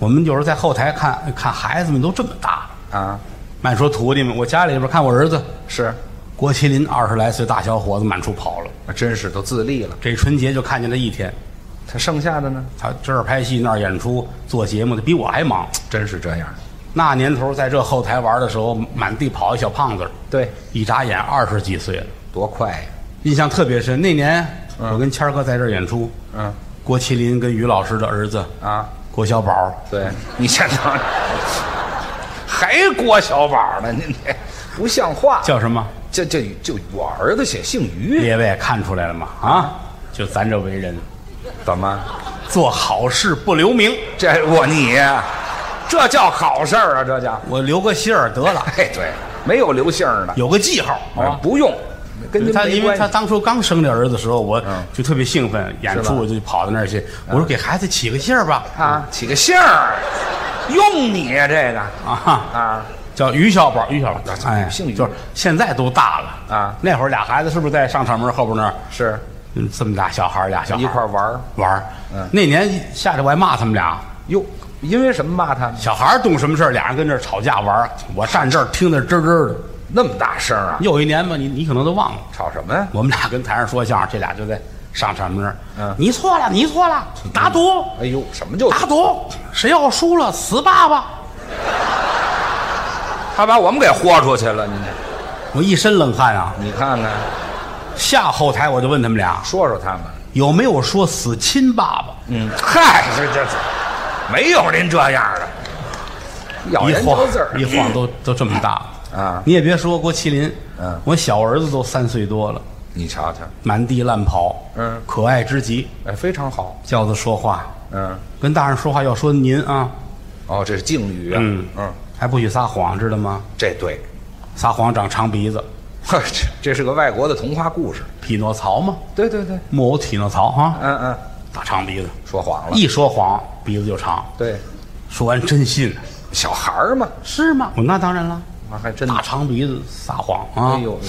我们有时候在后台看看孩子们都这么大了。啊，慢说徒弟们，我家里边看我儿子是，郭麒麟二十来岁大小伙子满处跑了，真是都自立了。这春节就看见他一天，他剩下的呢，他这儿拍戏那儿演出做节目的比我还忙。真是这样。那年头在这后台玩的时候，满地跑一小胖子，对，一眨眼二十几岁了，多快呀！印象特别深。那年我跟谦儿哥在这儿演出，嗯，郭麒麟跟于老师的儿子啊，郭小宝对，你先等，还郭小宝呢？您这不像话。叫什么？这这就我 儿子写姓于，列位看出来了吗？啊，就咱这为人，怎么？做好事不留名。这我你，这叫好事儿啊！这叫，我留个信儿得 了，嘿，对，没有留姓儿的，哎有个记号，好吧？不用，跟您他嗯没因为关系他。当初刚生这儿子的时候，我嗯就特别兴奋，演出我就跑到那儿去，我说给孩子起个信儿吧，啊，起个姓儿，用你啊这个啊，啊，叫于小宝，于小宝，哎，姓于就是现在都大了啊那会儿俩孩子是不是在上场门后边那儿？是嗯，这么大小孩儿俩小孩一块儿玩儿玩儿。嗯那年下去我还骂他们俩，哟，因为什么骂他们？小孩儿懂什么事儿？俩人跟这儿吵架玩儿，我站这儿听得吱吱的。那么大声啊？有一年吧，你你可能都忘了，吵什么呀？我们俩跟台上说相声，这俩就在上场门那儿。嗯你错了，你错了，打赌，哎呦，什么就打赌，谁要输了死爸爸。他把我们给豁出去了？你这我一身冷汗啊！你看看，下后台我就问他们俩说说他们。有没有说死亲爸爸。嗯，嗨，这这这没有您这样的，咬一人晃头字儿一晃都都这么大了啊你也别说郭麒麟，嗯我小儿子都三岁多了，你瞧瞧，满地乱跑，嗯可爱之极，哎，非常好。教他说话，嗯，跟大人说话要说您啊，哦，这是敬语啊。嗯嗯，还不许撒谎，知道吗？这对， 撒谎长长鼻子，呵，这这是个外国的童话故事。匹诺曹嘛，对对对，木偶匹诺曹哈，嗯嗯，大长鼻子，说谎了。一说谎鼻子就长，对，说完真信，小孩儿嘛，是吗？我那当然了，啊，还真的大。长鼻子撒谎啊哎，呦，哎呦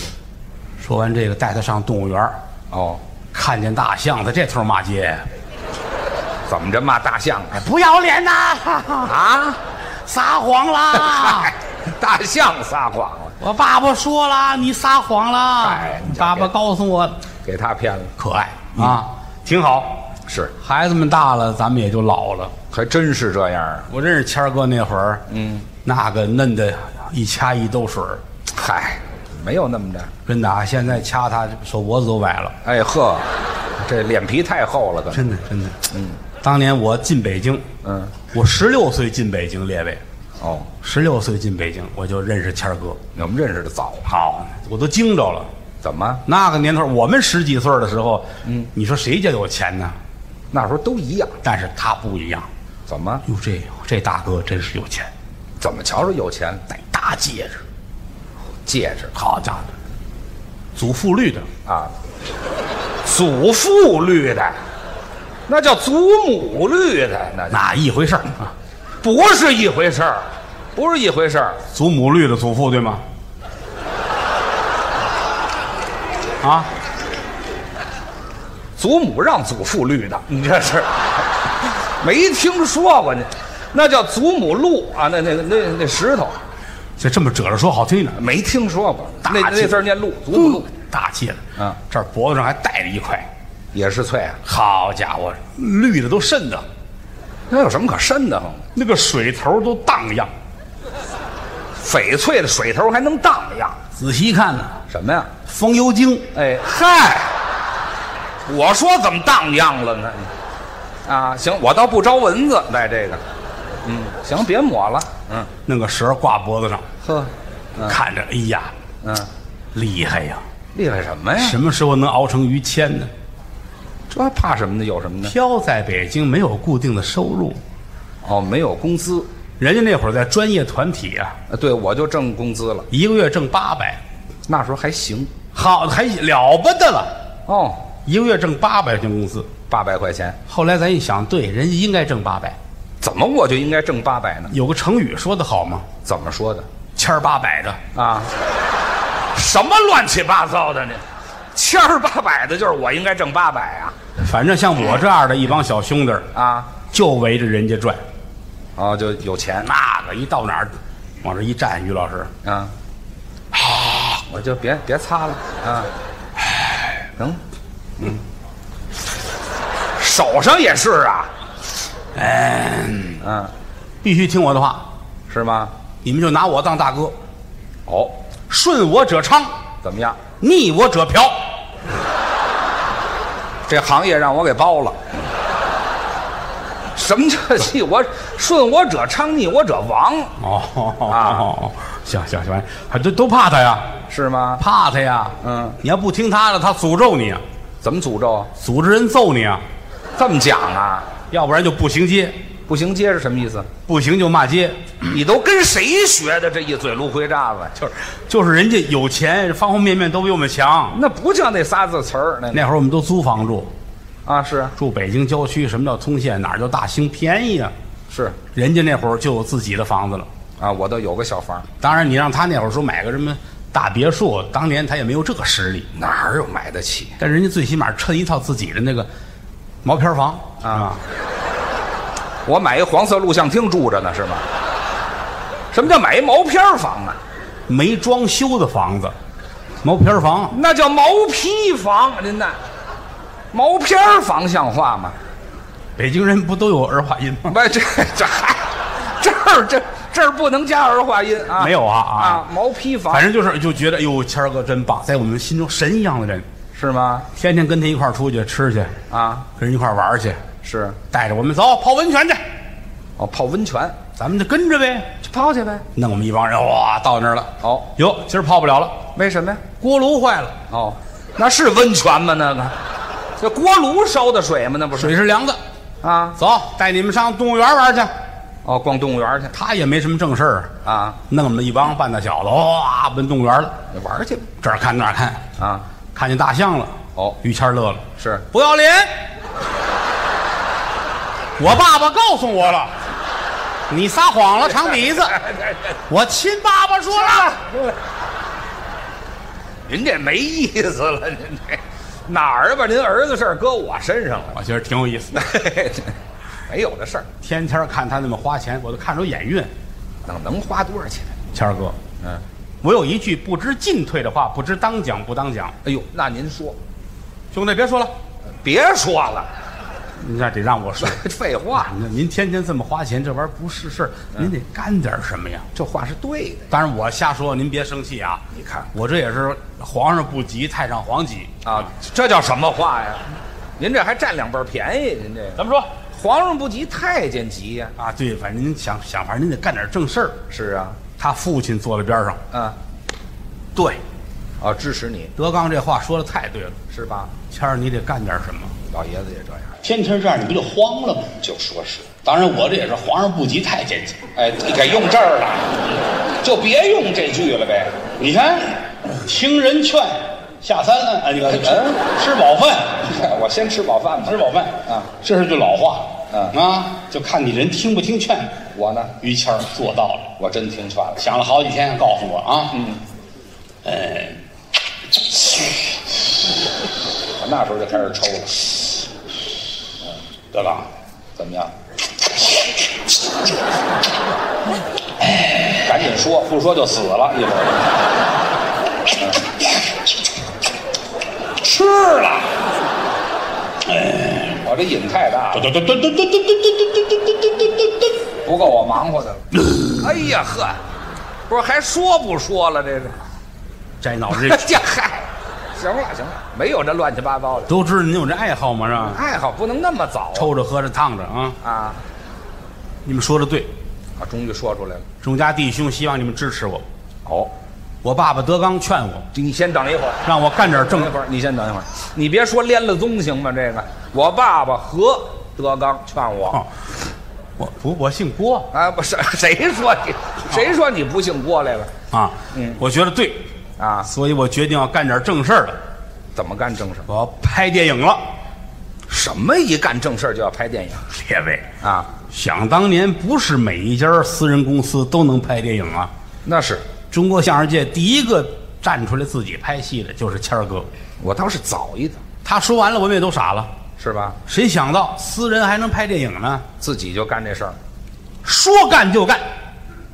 说完这个带他上动物园儿，哦，看见大象，他这头骂街。怎么着骂大象啊？不要脸呐！ 啊，撒谎啦 嗨！啊大象撒谎了，我爸爸说了，你撒谎啦哎你！瞧爸爸告诉我，给他骗了。可爱嗯啊，挺好。是，孩子们大了，咱们也就老了。还真是这样啊。我认识谦儿哥那会儿，嗯，那个嫩的，一掐一兜水儿，嗨，没有那么着。真的啊！现在掐他手脖子都崴了，哎呵，这脸皮太厚了，可能真的真的。嗯，当年我进北京，嗯，我十六岁进北京，列位，哦，十六岁进北京，我就认识谦儿哥。我们认识的早，好，我都惊着了。怎么那个年头，我们十几岁的时候，嗯，你说谁家有钱呢？那时候都一样？但是他不一样，怎么哟，这这大哥真是有钱，怎么瞧着有钱？戴大戒指，戒指好家伙，祖父绿的，啊，祖父绿的，那叫祖母绿的，那叫那一回事儿啊？不是一回事儿，不是一回事儿。祖母绿的祖父对吗？啊，祖母让祖父绿的，你这是没听说过呢？那叫祖母绿啊，那那那那石头就这么褶着说好听一点，没听说过，大那戒那字儿念绿，祖母绿大戒指，嗯这儿脖子上还戴着一块，也是翠啊，好家伙，绿的都渗的，那有什么可深的慌的？那个水头都荡漾。翡翠的水头还能荡漾？仔细看呢、什么呀？风油精。哎嗨，我说怎么荡漾了呢？啊，行，我倒不招蚊子，在这个，嗯，行，别抹了，嗯弄个绳儿挂脖子上，呵，看着，哎呀，嗯，厉害呀！厉害什么呀？什么时候能熬成于谦呢？这还怕什么呢？有什么呢？飘在北京没有固定的收入，哦，没有工资，人家那会儿在专业团体啊，呃对我就挣工资了，一个月挣八百，那时候还行。好还了不得了，哦，一个月挣八百块钱工资。八百块钱，后来咱一想，对，人家应该挣八百。怎么我就应该挣八百呢？有个成语说得好吗？怎么说的千儿八百的，啊？什么乱七八糟的呢？千儿八百的，就是我应该挣八百啊反正像我这样的一帮小兄弟儿，啊！就围着人家转。哦，就有钱那个一到哪儿，往这一站，于老师，啊！我就别别擦了啊！能，嗯，手上也是啊，嗯，必须听我的话，是吗？你们就拿我当大哥，哦，顺我者昌，怎么样？逆我者嫖。这行业让我给包了。什么叫 逆我顺我者昌，逆我者亡，哦，哦，行行行，还都都怕他呀，是吗？怕他呀。嗯，你要不听他的，他诅咒你啊，怎么诅咒啊？组织人揍你啊。这么讲啊？要不然就不行街，不行街是什么意思？不行就骂街，你都跟谁学的这一嘴芦灰渣子？就是就是人家有钱，方方面面都比我们强。那不叫那仨字词儿，那那会儿我们都租房住，啊是住北京郊区，什么叫通县，哪儿叫大兴，便宜啊！是人家那会儿就有自己的房子了。啊，我倒有个小房，当然，你让他那会儿说买个什么大别墅，当年他也没有这个实力，哪儿有买得起但人家最起码趁一套自己的那个毛坯房啊？我买一黄色录像厅住着呢，是吗？什么叫买一毛坯房啊？没装修的房子，毛坯房。那叫毛坯房，您那毛坯房像话吗？北京人不都有儿化音吗？不，这这还这儿这这儿不能加儿化音啊？没有啊啊啊，毛坯房反正就是就觉得，哟，谦儿哥真棒，在我们心中神一样的人，是吗？天天跟他一块儿出去吃去，啊，跟人一块儿玩儿去，是带着我们走泡温泉去，哦，泡温泉咱们就跟着呗。去泡去呗。弄我们一帮人，哇，到那儿了，哦，哟，今儿泡不了了，为什么呀？锅炉坏了，哦，那是温泉吗？那个，这锅炉烧的水吗？那不是水是凉的，啊？走，带你们上动物园玩去。哦，逛动物园去他也没什么正事儿，啊？弄我们一帮半大小子，哇，奔动物园了，你玩去吧这儿看那儿看，啊？看见大象了，哦，于谦儿乐了，是不要脸！我爸爸告诉我了，你撒谎了，长鼻子。我亲爸爸说了， 您这没意思了，您这哪儿把您儿子事儿搁我身上了？ 我觉得啊挺有意思的。没有的事儿，天天看他那么花钱，我都看出眼晕。能能花多少钱？谦儿哥，嗯，我有一句不知进退的话，不知当讲不当讲。哎呦，那您说，兄弟，别说了，别说了，你这得让我说。废话，您您天天这么花钱，这玩意儿不是事儿，您得干点什么呀？这话是对的。当然，我瞎说，您别生气啊。你看我这也是皇上不急，太上皇急。啊，这叫什么话呀？您这还占两半便宜，您这个怎么说？皇上不急太监急呀、啊，对，反正您想想，反正您得干点正事儿。是啊，他父亲坐在边上，嗯，对，啊，支持你德刚这话说的太对了。是吧？谦儿，你得干点什么？老爷子也这样，天天这样，你不就慌了吗？就说是，当然，我这也是皇上不急太监急。哎，你给用这儿了，就别用这句了呗。 你看，听人劝，下三滥。哎，你看，嗯吃饱饭，我先吃饱饭吧。吃饱饭啊，这是句老话。嗯啊，就看你人听不听劝。我呢，于谦儿做到了。我真听劝了。想了好几天，告诉我啊，嗯，呃，我那时候就开始抽了，德刚，怎么样？赶紧说，不说就死了，一会儿。吃了，我这瘾太大了，噔噔噔噔噔噔噔噔噔噔噔噔噔不够我忙活的了。哎呀呵，不是还说不说了？ 这是，摘脑袋这嗨，行了行了，没有这乱七八糟的。都知道您有这爱好吗？是吧？爱好不能那么早抽着喝着烫着啊，啊！你们说的对，啊，终于说出来了。众家弟兄，希望你们支持我。哦，我爸爸德刚劝我，你先等一会儿，让我干点正等一会儿，你先等一会儿，你别说连了宗行吗？这个，我爸爸和德刚劝我，哦，我不，我姓郭啊，不是 谁说你，谁说你不姓郭来了？啊，我觉得对，啊，所以我决定要干点正事儿了，怎么干正事儿？我要拍电影了。什么一干正事儿就要拍电影列位，啊？想当年不是每一家私人公司都能拍电影啊。那是，中国相声界第一个站出来自己拍戏的就是谦儿哥。我倒是早一点，他说完了，我们也都傻了。是吧？谁想到私人还能拍电影呢？自己就干这事儿，说干就干。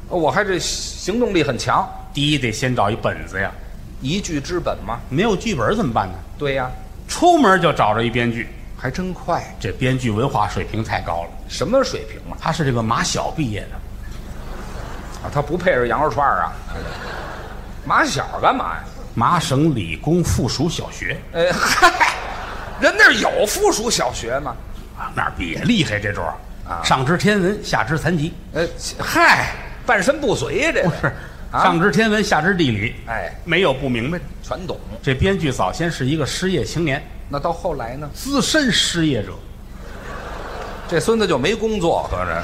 我还这行动力很强，第一得先找一本子呀，一剧之本嘛。没有剧本怎么办呢？对呀，出门就找着一编剧，还真快，这编剧文化水平太高了。什么水平啊？他是这个马小毕业的，啊，他不配着羊肉串儿啊？马小干嘛呀？麻省理工附属小学呃，嗨，人那儿有附属小学吗？啊，那儿毕业厉害这主儿啊上知天文，下知残疾，呃，嗨，半身不遂呀这不个是啊上知天文，下知地理，哎，没有不明白的。全懂。这编剧早先是一个失业青年，那到后来呢？资深失业者，这孙子就没工作，合着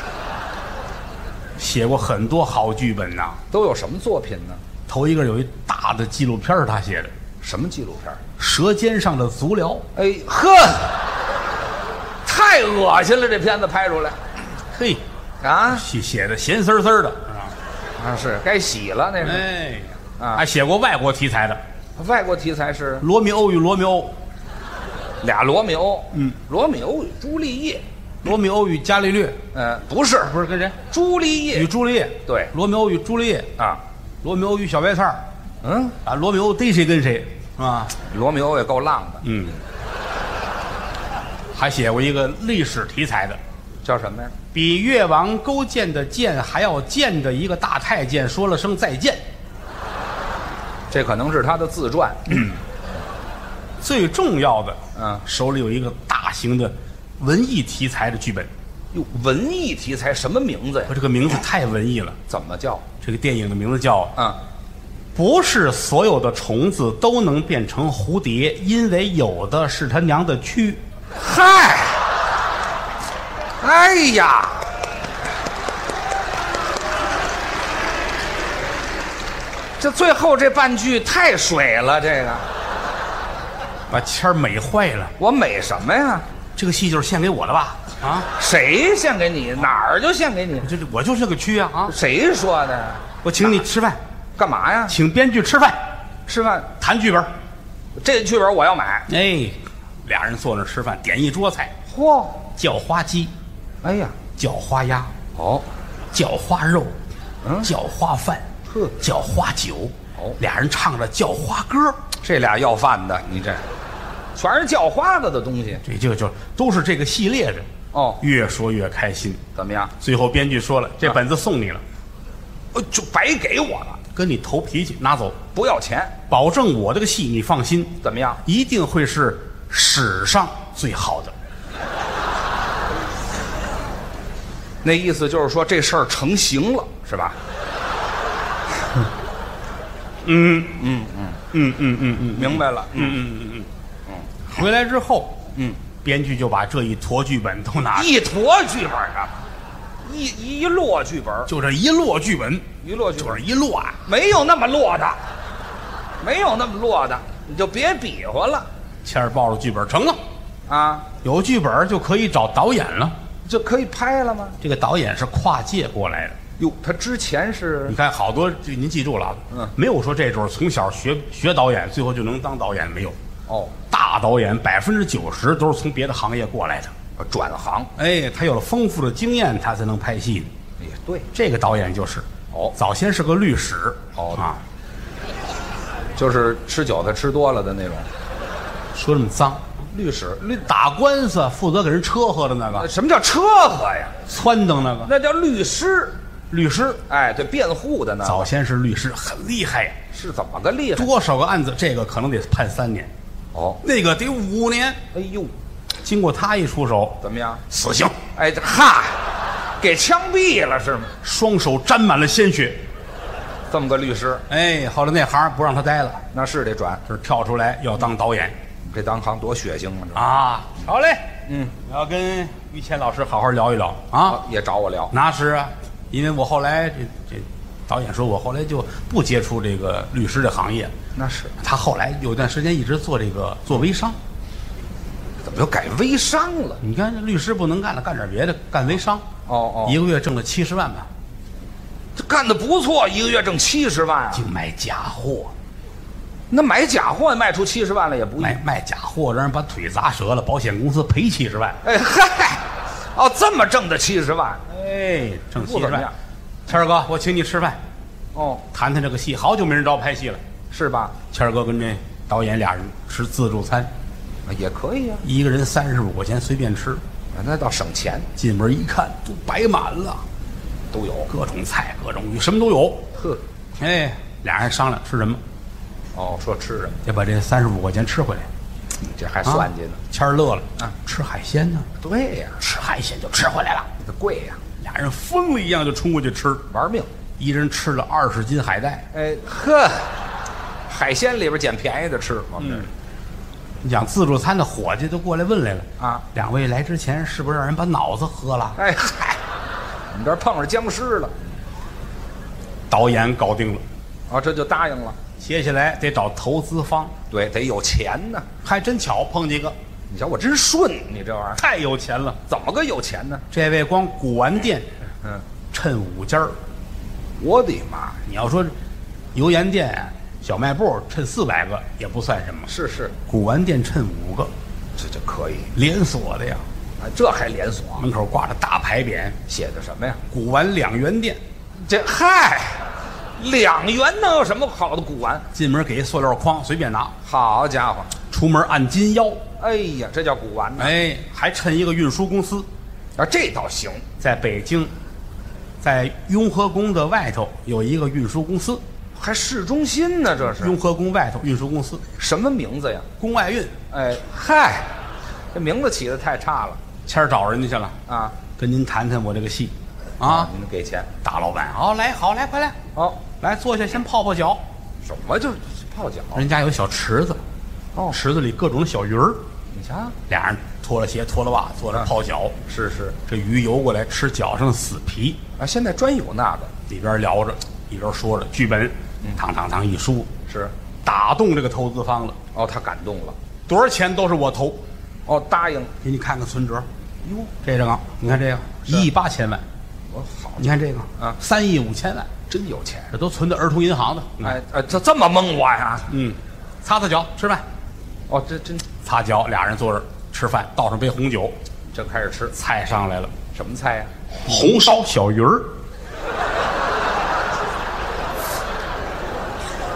写过很多好剧本呐、都有什么作品呢？头一个有一大的纪录片儿是他写的，《什么纪录片？舌尖上的足疗》。哎呵，太恶心了！这片子拍出来嘿，啊写写的咸丝丝的，啊啊是该洗了那是、哎，啊还写过外国题材的外国题材是《罗密欧与罗密欧》《俩罗密欧，嗯，罗密欧与朱丽叶，罗密欧与伽利略》，嗯、不是不是跟谁？朱丽叶与朱丽叶，对《罗密欧与朱丽叶》《啊，罗密欧与小白菜儿》嗯，啊，《罗密欧逮谁跟谁》啊，罗密欧也够浪的，嗯，还写过一个历史题材的，叫什么呀？比越王勾践的践还要贱的一个大太监说了声再见，这可能是他的自传，最重要的，嗯手里有一个大型的文艺题材的剧本，哟，文艺题材什么名字呀我？这个名字太文艺了。怎么叫？这个电影的名字叫《嗯，不是所有的虫子都能变成蝴蝶》，因为有的是他娘的蛆。嗨，哎呀，这最后这半句太水了，这个把谦儿美坏了。我美什么呀？这个戏就是献给我了吧？啊，谁献给你？哪儿就献给你？这这我就是个蛆啊啊！谁说的呀？我请你吃饭，干嘛呀？请编剧吃饭，吃饭？谈剧本。这剧本我要买。哎，俩人坐那儿吃饭，点一桌菜，嚯、叫花鸡，哎呀，叫花鸭，哦，叫花肉，嗯叫花饭，呵叫花酒。哦俩人唱着叫花歌，这俩要饭的，你这全是叫花子的东西这就就都是这个系列的。哦。越说越开心。怎么样？最后编剧说啊了，这本子送你了，呃，就白给我了，跟你投脾气，拿走，不要钱，保证我这个戏你放心，怎么样？一定会是史上最好的。那意思就是说这事儿成型了，是吧？嗯嗯嗯嗯嗯。明白了，嗯，回来之后，嗯，编剧就把这一坨剧本都拿，一坨剧本啊，一一摞剧本，就这一摞剧本，一摞剧就本是一摞啊，没有那么摞的，没有那么摞的，你就别比划了谦儿抱着剧本成了，啊，有剧本就可以找导演了。就可以拍了吗？这个导演是跨界过来的，哟，他之前是你看好多，这您记住了啊，嗯没有说这种从小学学导演，最后就能当导演没有。哦，大导演百分之九十都是从别的行业过来的。呃转行哎，他有了丰富的经验，他才能拍戏。也对，这个导演就是，哦早先是个律师，哦啊，就是吃韭菜吃多了的那种说这么脏，律师。律打官司啊负责给人车祸的那呃个，什么叫车祸呀？撺掇那个那叫律师，律师，哎，对，辩护的呢，早先是律师，很厉害呀，是怎么个厉害？多少个案子，这个可能得判三年，哦，那个得五年。哎呦，经过他一出手，怎么样？死刑，哎，这哈，给枪毙了是吗？双手沾满了鲜血。这么个律师，哎，后来那行不让他待了，那是得转，就是跳出来要当导演。这当行多血腥啊！啊，好嘞，嗯，我要跟于谦老师好好聊一聊啊。这也找我聊，那是啊，因为我后来这这导演说我后来就不接触这个律师这行业，那是他后来有一段时间一直做这个做微商。怎么又改微商了？你看这律师不能干了，干点别的，干微商，哦一哦，个月挣了七十万吧，这干的不错，一个月挣七十万啊！净买假货，那买假货卖出七十万来也不易。买卖假货让人把腿砸折了，保险公司赔七十万。哎嗨，哦，这么挣的七十万，哎，挣七不怎十么万样。谦儿哥，我请你吃饭，哦，谈谈这个戏，好久没人找我拍戏了。是吧？谦儿哥跟这导演俩人吃自助餐，也可以啊，一个人三十五块钱随便吃。那倒省钱进门一看，都摆满了，都有。各种菜、各种鱼，什么都有。呵，哎，俩人商量吃什么，哦，说吃什么？得把这三十五块钱吃回来。你这还啊算计呢？谦儿乐了啊，吃海鲜呢，对呀，吃海鲜就吃回来了。这贵呀，俩人疯了一样就冲过去吃，玩命。一人吃了二十斤海带。哎呵，海鲜里边捡便宜的吃，我们这儿嗯你讲自助餐的伙计都过来问来了啊两位来之前是不是让人把脑子喝了？哎嗨，你这儿碰上僵尸了，导演搞定了，哦，这就答应了。接下来得找投资方，对，得有钱呢。还真巧碰见一个你瞧我真顺，你这玩意儿太有钱了。怎么个有钱呢？这位光古玩店嗯，趁五家儿，我的妈呀！你要说油盐店啊、小卖部趁四百个也不算什么，是是，古玩店趁五个，这就可以，连锁的呀，啊，这还连锁，门口挂着大牌匾写的什么呀？ “古玩两元店这嗨，两元能有什么好的古玩？”，进门给一塑料筐，随便拿，好家伙，出门按金腰，哎呀，这叫古玩呢。哎，还趁一个运输公司，啊，这倒行，在北京，在雍和宫的外头有一个运输公司，还市中心呢，这是雍和宫外头运输公司，什么名字呀？宫外运，哎嗨，这名字起的太差了谦儿找人家去了，啊！跟您谈谈我这个戏，啊，您给钱大老板，好来，好来，快来，哦？来坐下，先泡泡脚。什么就泡脚？人家有小池子，哦池子里各种小鱼儿，你瞧，俩人脱了鞋，脱了袜，坐那儿泡脚。是是这鱼游过来吃脚上的死皮，啊，现在专有那个里边聊着，一边说着剧本，嗯堂堂堂一输，是打动这个投资方了。哦，他感动了多少钱都是我投，哦，答应给你看看存折，哟，这张啊，你看这个一亿八千万，我哦好你看这个啊三亿五千万，真有钱。这都存到儿童银行的。你看，哎哎，这这么蒙我呀？嗯，擦擦脚，吃饭，哦，这真擦脚，俩人坐这儿吃饭，倒上杯红酒，这开始吃菜上来了，什么菜呀？红烧小鱼儿。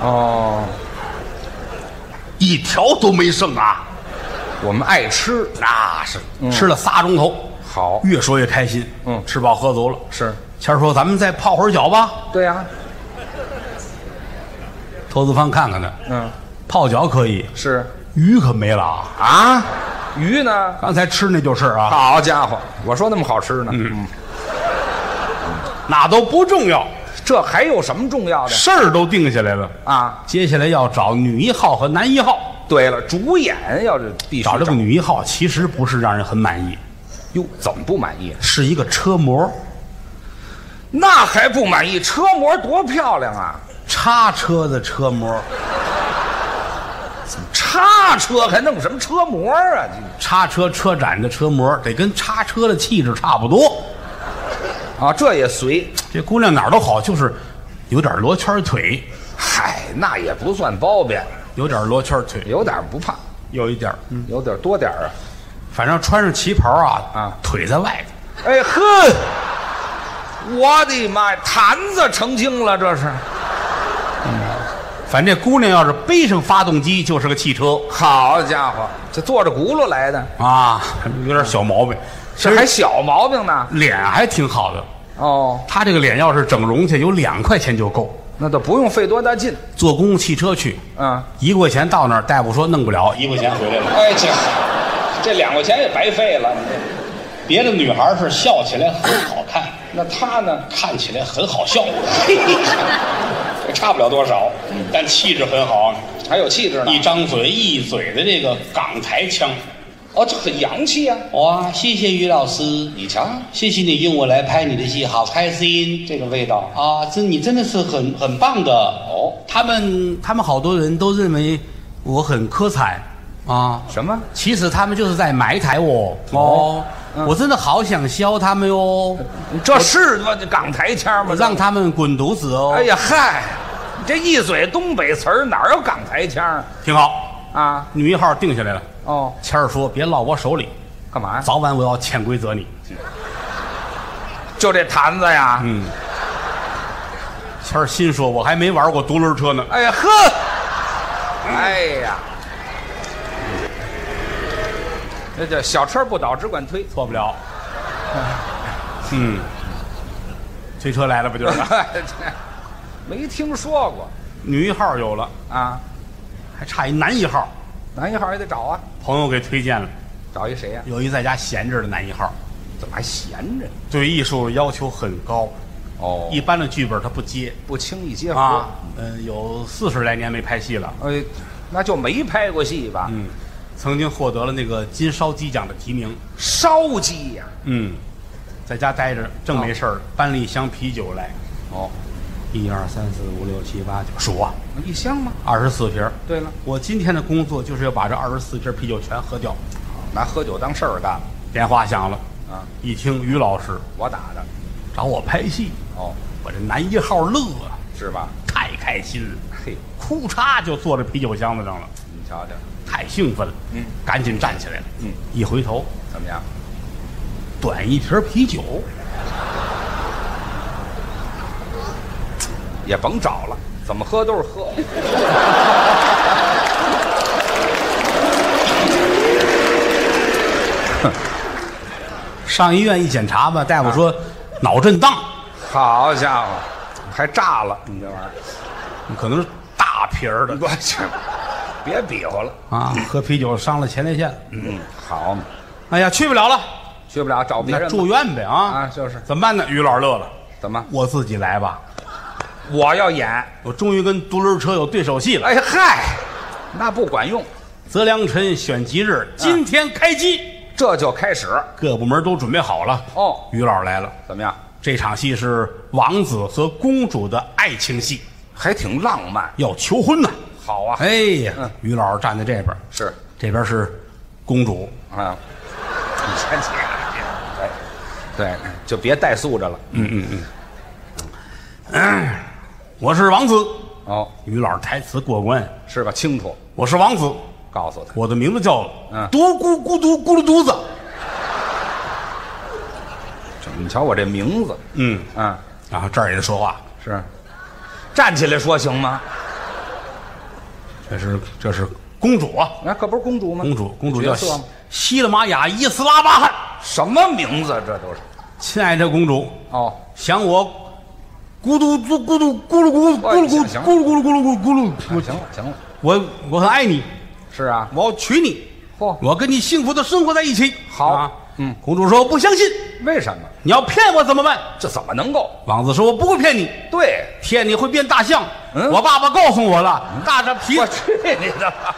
哦，一条都没剩啊！我们爱吃，那是、吃了仨钟头，好越说越开心。嗯吃饱喝足了。是谦儿说：“咱们再泡会儿脚吧。对呀，”投资方看看他，嗯，泡脚可以，是鱼可没了啊！啊，鱼呢？刚才吃那就是啊，好家伙，我说那么好吃呢，嗯，那都不重要，这还有什么重要的事儿都定下来了。啊？接下来要找女一号和男一号，对了，主演要是必须找这个女一号其实不是让人很满意，哟，怎么不满意？是一个车模，那还不满意？车模多漂亮啊！叉车的车模，叉车还弄什么车模啊？叉车车展的车模得跟叉车的气质差不多。啊，这也随，这姑娘哪儿都好，就是有点罗圈腿，嗨，那也不算包贬，有点罗圈腿，有点不怕，有一点儿，嗯，有点多点儿啊。反正穿上旗袍啊，啊腿在外头。哎呵，我的妈呀，坛子成精了，这是反正这姑娘要是背上发动机，就是个汽车好家伙，这坐着轱辘来的，啊，有点小毛病。这还小毛病呢。脸还挺好的，哦，她这个脸要是整容去，有两块钱就够。那倒不用费多大劲坐公共汽车去，啊。一块钱到那儿，大夫说弄不了，一块钱回来了。哎，这这两块钱也白费了。你这别的女孩是笑起来很好看，那他呢？看起来很好 笑，差不了多少，但气质很好。还有气质呢。一张嘴一嘴的这个港台腔。哦，这很洋气啊。哇，谢谢于老师，你瞧，谢谢你用我来拍你的戏，好开心这个味道啊！这你真的是很很棒的哦。他们他们好多人都认为我很科惨啊，什么？其实他们就是在埋汰我哦。我真的好想削他们哟，嗯这是吗这港台腔吗？让他们滚犊子哦。哎，呀嗨，你这一嘴东北词儿，哪有港台腔啊挺好，啊？女一号定下来了。哦，谦儿说：“别落我手里，干嘛呀？早晚我要潜规则你。就这坛子呀？”嗯。谦儿心说：“我还没玩过独轮车呢。哎呀呵，哎呀，那叫小车不倒，只管推”。错不了。 嗯，推车来了不就是？ 没听说过女一号有了，啊？还差一男一号。男一号也得找啊，朋友给推荐了，找一谁呀、啊有一在家闲着的男一号，怎么还闲着呢？对艺术要求很高，哦一般的剧本他不接不轻易接活。啊。嗯、有四十来年没拍戏了，哎，那就没拍过戏吧？嗯，曾经获得了那个金烧鸡奖的提名。烧鸡呀、嗯，在家待着正没事儿，搬了一箱啤酒来，哦，一二三四五六七八九，数啊，一箱吗？二十四瓶儿。对了，我今天的工作就是要把这二十四瓶啤酒全喝掉。拿喝酒当事儿干了电话响了，啊！一听于老师我打的，找我拍戏，哦，我这男一号乐啊，是吧？太开心了，嘿，哭嚓就坐在啤酒箱子上了，你瞧瞧，太兴奋了，嗯，赶紧站起来了，嗯，一回头，怎么样？短一瓶啤酒，也甭找了，怎么喝都是喝。上医院一检查吧，大夫啊说、脑震荡，好家伙，还炸了你这玩 意儿！可能是大瓶儿的我去，别比划了。啊，喝啤酒伤了前列腺，嗯，好嘛，哎呀，去不了了，去不了找别那人吧住院呗啊，啊，就是怎么办呢？于老师乐了，怎么我自己来吧，我要演？我终于跟独轮车有对手戏了。哎嗨，那不管用，择良辰选吉日，今天开机，这就开始啊各部门都准备好了。哦于老师来了，怎么样？这场戏是王子和公主的爱情戏，还挺浪漫，要求婚呐、好啊。哎呀，嗯于老师站在这边，是这边是公主，啊，你先起来，对对，就别带素着了。我是王子。哦，于老师台词过关，是吧？清楚，我是王子，告诉他。我的名字叫嗯独孤孤独咕噜嘟子。这你瞧我这名字，嗯，啊，然后这儿也说话，是，站起来说行吗？这是这是公主啊，那可不是公主吗？公主，公主角叫色希吗希勒玛雅伊斯拉巴汗，什么名字？这都是亲爱的公主，哦，想我，咕嘟嘟咕嘟咕噜咕噜哎咕噜咕噜咕噜咕噜咕噜咕噜咕噜咕噜，啊行了行了，我我很爱你，是啊，我要娶你，嚯我要跟你幸福的生活在一起。好啊嗯公主说我不相信，为什么？你要骗我怎么办？这怎么能够？王子说我不会骗你，对，骗你会变大象。嗯我爸爸告诉我了，大着皮我去你的吧！